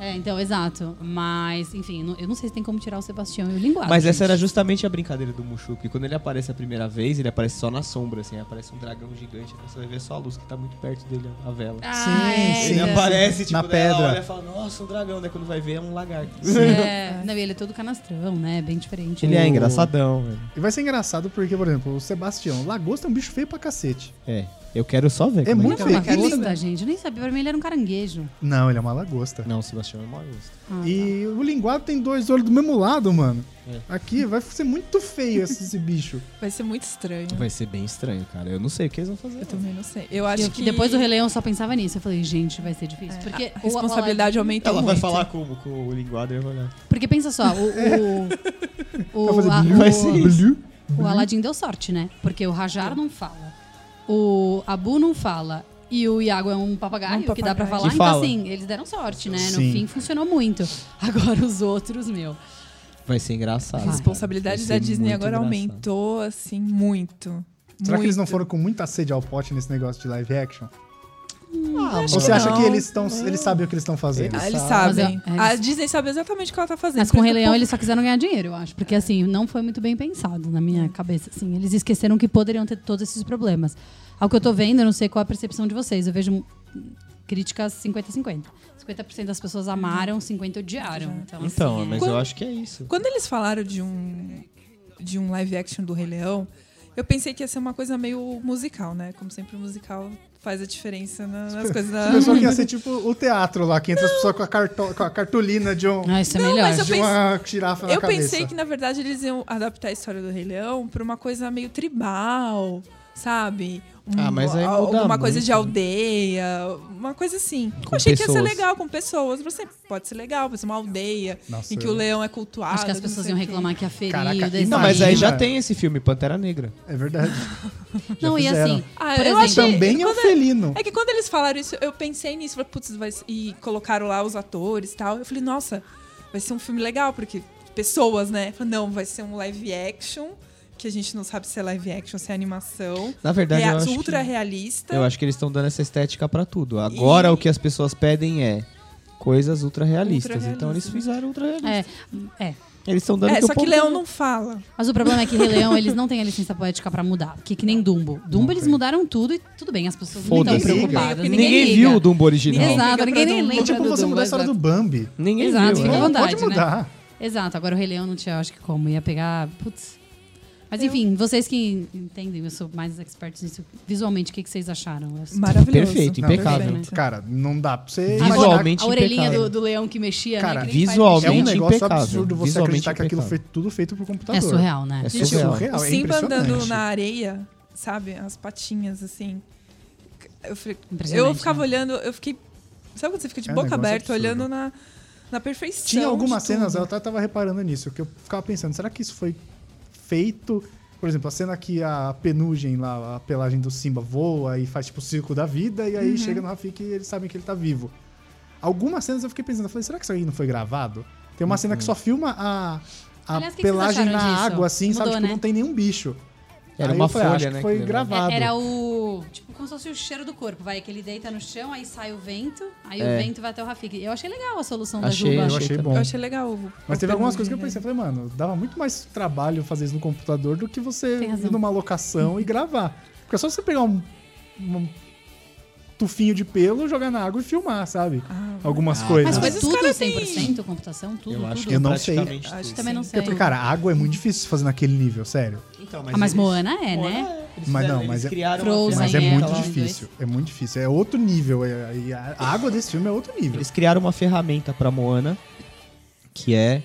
S4: É, então, exato. Mas, enfim, não- eu não sei se tem como tirar o Sebastião e o linguado.
S2: Mas essa
S4: Ah, gente.
S2: era justamente a brincadeira do Mushu, porque quando ele aparece a primeira vez, ele aparece só na sombra, assim, aparece um dragão gigante, aí você vai ver só a luz que tá muito perto dele, a vela.
S4: Ah,
S1: Sim,
S2: Ele
S1: sim.
S2: aparece, tipo,
S1: Na
S2: daí ela
S1: pedra.
S2: olha e fala, nossa, um dragão, daí quando vai ver é um lagarto.
S4: É, não, e ele é todo canastrão, né? Bem diferente.
S2: Ele é
S1: O-
S2: engraçadão, velho.
S1: E vai ser engraçado porque, por exemplo, o Sebastião, lagosta é um bicho feio pra cacete.
S2: É, eu quero só ver.
S1: É
S2: como
S1: muito
S4: Ele é uma
S1: feio. E
S4: lagosta, gente. Eu nem sabia. Pra mim ele era um caranguejo.
S1: Não, ele é uma lagosta.
S2: Não, Sebastião é maior gosto.
S1: E o linguado tem dois olhos do mesmo lado, mano.
S2: É.
S1: Aqui vai ser muito feio esse, esse bicho.
S3: Vai ser muito estranho.
S2: Vai ser bem estranho, cara. Eu não sei o que eles vão fazer.
S3: Eu também não sei. Eu acho
S4: E eu-
S3: que...
S4: Depois do Rei Leão eu só pensava nisso. Eu falei, gente, vai ser difícil. Porque
S3: a
S4: o-
S3: responsabilidade
S4: o Aladdin-
S3: aumentou
S2: Ela vai
S3: muito.
S2: falar como com o linguado e vai olhar.
S4: Porque pensa só, o. O, o,
S1: Vai fazer
S4: a-
S1: blu,
S2: vai ser
S4: o,
S2: isso.
S1: blu.
S4: o
S3: Uhum.
S4: Aladdin deu sorte, né? Porque o Rajar não fala. O Abu não fala. E o Iago é um papagaio
S3: Um
S4: que dá pra
S3: papagaio.
S4: falar.
S2: Que
S4: então,
S2: fala.
S4: assim, eles deram sorte, né? No
S1: Sim.
S4: fim funcionou muito. [LAUGHS] Agora os outros, meu.
S2: Vai ser engraçado.
S3: A
S4: A
S2: cara.
S3: responsabilidade
S2: Vai
S3: da
S2: ser
S3: Disney
S2: muito
S3: agora
S2: engraçado.
S3: aumentou, assim, muito.
S1: Será que eles não
S3: Muito.
S1: foram com muita sede ao pote nesse negócio de live action?
S2: Ah,
S1: Ou você
S3: que
S1: acha
S3: não.
S1: que eles, estão, eles sabem o que eles estão fazendo?
S3: Ah, eles
S4: Mas
S3: sabem.
S4: é- é
S3: A
S4: isso.
S3: Disney sabe exatamente o que ela tá fazendo.
S4: Mas com o
S3: Por
S4: Rei
S3: isso
S4: Leão
S3: o
S4: eles só quiseram ganhar dinheiro, eu acho. Porque, assim, não foi muito bem pensado na
S3: Uhum.
S4: minha cabeça. Assim, eles esqueceram que poderiam ter todos esses problemas. Ao que eu tô vendo, eu não sei qual é a percepção de vocês. Eu vejo hum, críticas 50-50. 50% das pessoas
S3: Uhum.
S4: amaram, 50% odiaram. Então,
S2: Então,
S4: assim, é-
S2: mas
S3: Quando-
S2: eu acho que é isso.
S3: Quando eles falaram de um de um live action do Rei Leão, eu pensei que ia ser uma coisa meio musical, né? Como sempre o musical faz a diferença na- nas coisas
S1: [LAUGHS]
S3: da
S1: O pessoal que ia ser tipo o teatro lá, que entra as pessoas com a, carto- com a cartolina de, um,
S4: Ah, isso é
S3: Não,
S4: melhor.
S3: mas eu
S1: de uma girafa na
S3: Eu
S1: cabeça.
S3: pensei que na verdade eles iam adaptar a história do Rei Leão pra uma coisa meio tribal, sabe?
S5: Ah,
S3: um-
S5: mas aí
S3: a-
S5: muda
S3: alguma
S5: muito,
S3: coisa de
S5: né?
S3: aldeia, uma coisa assim.
S5: Com
S3: eu achei que ia ser
S5: pessoas.
S3: legal com pessoas. Você pode ser legal, pode ser uma aldeia
S1: Nossa,
S3: em que
S1: eu-
S3: o leão é cultuado.
S4: Acho que as
S3: não
S4: pessoas
S3: sei
S4: iam
S3: o quê.
S4: reclamar que aferiu.
S1: Caraca,
S4: desenho.
S2: Não, então, mas aí já
S1: Imagina.
S2: tem esse filme, Pantera Negra.
S1: É
S3: [LAUGHS]
S1: verdade. Já
S4: Não, e
S1: fizeram.
S4: assim,
S3: Ah,
S4: por
S3: eu
S4: exemplo,
S3: achei-
S1: Também é um
S3: quando-
S1: felino.
S3: É que quando eles falaram isso, eu pensei nisso. Falei, putz, vai... ser- e colocaram lá os atores e tal. Eu falei, nossa, vai ser um filme legal, porque pessoas, né? Eu falei, não, vai ser um live action, que a gente não sabe se é live action, se é animação.
S2: Na verdade,
S3: Rea-
S2: eu acho
S3: É, ultra
S2: que...
S3: realista.
S2: Eu acho que eles estão dando essa estética pra tudo. Agora
S3: E-
S2: o que as pessoas pedem é coisas ultra realistas.
S3: Ultra
S2: Então eles
S3: realistas.
S2: fizeram ultra realista.
S4: é, é.
S2: Eles estão dando
S3: É,
S2: que o
S3: só que
S2: povo-
S3: leão não fala.
S4: Mas o problema é que Rei Leão, eles não têm a licença poética pra mudar. Que, que nem Dumbo. Dumbo, eles mudaram tudo e tudo bem, as pessoas não estão
S2: Foda-se.
S3: tá
S4: preocupadas.
S2: Ninguém, viu o Dumbo original.
S3: então. Ninguém liga
S4: Exato, ninguém
S3: pra
S4: nem
S3: Dumbo.
S1: É
S4: lembra
S1: tipo
S4: do
S1: você
S4: Dumbo,
S1: mudar a história
S4: exato.
S1: do Bambi.
S2: Ninguém
S4: Exato,
S2: viu.
S4: fica à
S2: né?
S1: Não,
S4: vontade,
S1: pode
S4: né?
S1: mudar.
S4: Exato, agora o Rei Leão não tinha, eu acho que como, ia pegar... Putz. Mas enfim, vocês que entendem, eu sou mais expert nisso. Visualmente, o que, que vocês acharam? Eu sou-
S3: Maravilhoso.
S2: Perfeito,
S1: Não, é
S2: impecável.
S3: perfeito.
S1: Cara, não dá pra você
S4: Agora,
S1: imaginar.
S2: Visualmente
S4: a orelhinha
S2: impecável.
S4: do, do leão que mexia,
S1: Cara,
S4: né? que nem faz
S1: É um
S2: visualmente-
S4: mexer.
S1: negócio
S2: impecável.
S1: absurdo você
S2: Visualmente
S1: acreditar que aquilo foi
S2: impecável.
S1: tudo feito por computador.
S4: É surreal, né?
S2: É
S1: É
S3: Gente,
S2: surreal.
S1: surreal.
S3: O
S1: é
S3: Simba andando
S1: impressionante.
S3: na areia, sabe? As patinhas, assim. Eu, falei-
S4: Impressionante,
S3: eu ficava
S4: né?
S3: olhando, eu fiquei. Sabe quando você fica de
S1: É um
S3: boca
S1: negócio
S3: aberta,
S1: absurdo.
S3: olhando na, na perfeição?
S1: Tinha algumas
S3: de
S1: cenas, eu
S3: tudo.
S1: até tava reparando nisso, que eu ficava pensando, será que isso foi feito... Por exemplo, a cena que a penugem lá, a pelagem do Simba voa e faz tipo o circo da vida, e aí
S4: Uhum.
S1: chega no Rafiki e eles sabem que ele tá vivo. Algumas cenas eu fiquei pensando, eu falei, será que isso aí não foi gravado? Tem uma
S2: Uhum.
S1: cena que só filma a, a
S4: Aliás, o que que vocês
S1: pelagem na
S4: acharam disso?
S1: água, assim, sabe?
S4: Mudou,
S1: Tipo,
S4: né?
S1: não tem nenhum bicho.
S2: Era
S1: Aí
S2: uma
S1: eu falei, ah,
S2: folha,
S1: acho que
S2: né,
S1: Foi
S2: que
S1: gravado.
S4: É, era o. Tipo, como se fosse o cheiro do corpo. Vai, que ele deita no chão, aí sai o vento, aí o vento vai até o Rafik. Eu achei legal a solução
S2: É. Achei,
S4: da
S1: Eu
S4: Juba.
S1: achei
S2: também.
S1: bom.
S3: Eu achei legal. o-
S1: Mas
S3: o
S1: teve algumas coisas
S3: Pedro
S1: que eu pensei, falei, mano, dava muito mais trabalho fazer isso no computador do que você
S4: Tem razão.
S1: ir numa locação e gravar. Porque é só você pegar um, um tufinho de pelo, jogar na água e filmar, sabe?
S3: Ah,
S1: Algumas
S4: Mas
S1: coisas.
S4: foi
S3: Mas os
S4: tudo
S3: caras
S4: 100% computação? Tudo,
S2: Eu acho
S4: tudo.
S2: que
S1: Eu não sei.
S2: praticamente
S3: Acho
S2: tudo.
S3: que
S4: Também não
S3: Sim.
S4: sei.
S1: Porque, cara, água é muito difícil de fazer naquele nível, sério.
S2: Então,
S4: ah, mas
S2: eles-
S4: Moana é, né?
S2: Moana é. Eles
S1: Mas não,
S2: fizeram-
S1: mas
S2: eles
S1: é-
S2: criaram uma
S4: Frozen
S1: Mas é
S4: Sim,
S2: ferramenta
S1: muito
S2: lá.
S4: aquela-
S1: difícil. É muito difícil. É outro nível. é- e a a água desse filme é outro nível.
S2: Eles criaram uma ferramenta pra Moana que é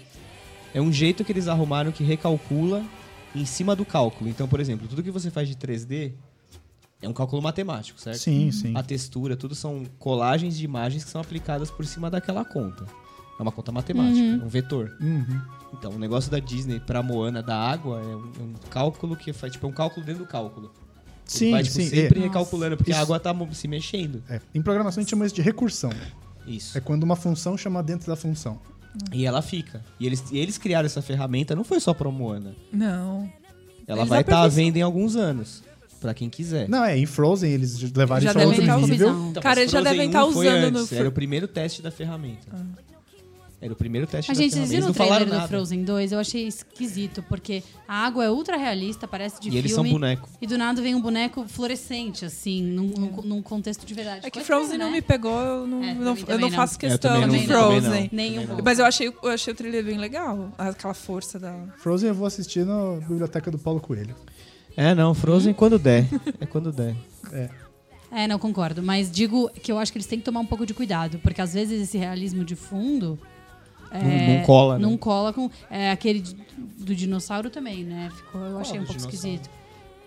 S2: é um jeito que eles arrumaram que recalcula em cima do cálculo. Então, por exemplo, tudo que você faz de 3D é um cálculo matemático, certo?
S1: Sim, sim.
S2: A textura, tudo são colagens de imagens que são aplicadas por cima daquela conta. É uma conta matemática, é um vetor.
S1: Uhum.
S2: Então, o negócio da Disney pra Moana da água é um, é um cálculo que faz, tipo, é um cálculo dentro do cálculo. Ele
S1: Sim,
S2: vai, tipo,
S1: sim.
S2: sempre
S4: Nossa.
S2: recalculando, porque a
S1: Isso-
S2: água tá mo- se mexendo.
S1: É, Em programação a gente chama isso de recursão.
S2: Isso.
S1: É quando uma função chama dentro da função.
S2: E ela fica. E eles, e eles criaram essa ferramenta, não foi só pra Moana.
S3: Não.
S2: Ela
S3: Eles
S2: vai estar à
S3: aperfeiço-
S2: venda em alguns anos, pra quem quiser.
S1: Não, é, em Frozen eles levaram
S3: Já
S4: Tá
S1: isso a
S3: devem
S1: outro
S3: estar
S1: nível.
S4: usando.
S2: Então,
S3: Cara,
S2: mas
S3: eles já
S2: Frozen
S3: devem
S2: 1
S3: estar
S2: foi
S3: usando
S2: antes,
S3: no- Ah.
S2: Era o primeiro teste da ferramenta. Era o primeiro teste
S4: Mas,
S2: da
S4: gente, vocês
S2: ferramenta. Eles
S4: viram
S2: não
S4: o
S2: falaram
S4: trailer do
S2: nada.
S4: Frozen 2? Eu achei esquisito, porque a água é ultra realista, parece de
S2: e
S4: filme.
S2: eles são boneco.
S4: E do nada vem um boneco fluorescente, assim, num, num- num contexto de verdade.
S3: É que
S4: Foi
S3: Frozen
S4: estranho,
S3: não
S4: né?
S3: me pegou, eu não,
S4: É, pra
S3: não-
S4: mim
S3: eu
S4: também
S3: não
S4: não.
S3: faço
S2: Eu
S3: questão
S2: também
S3: de
S2: não, também não.
S3: Frozen.
S4: Nem um pouco.
S3: Mas eu achei, eu achei o trailer bem legal. Aquela força da.
S1: Frozen eu vou assistir na biblioteca do Paulo Coelho.
S2: É, não, Frozen quando der. É quando der.
S4: É, não concordo. Mas digo que eu acho que eles têm que tomar um pouco de cuidado, porque às vezes esse realismo de fundo. é,
S2: Não- não cola, né?
S4: Não cola com. É, aquele de- do dinossauro também, né? Ficou, eu achei um
S2: do
S4: pouco
S2: dinossauro?
S4: esquisito.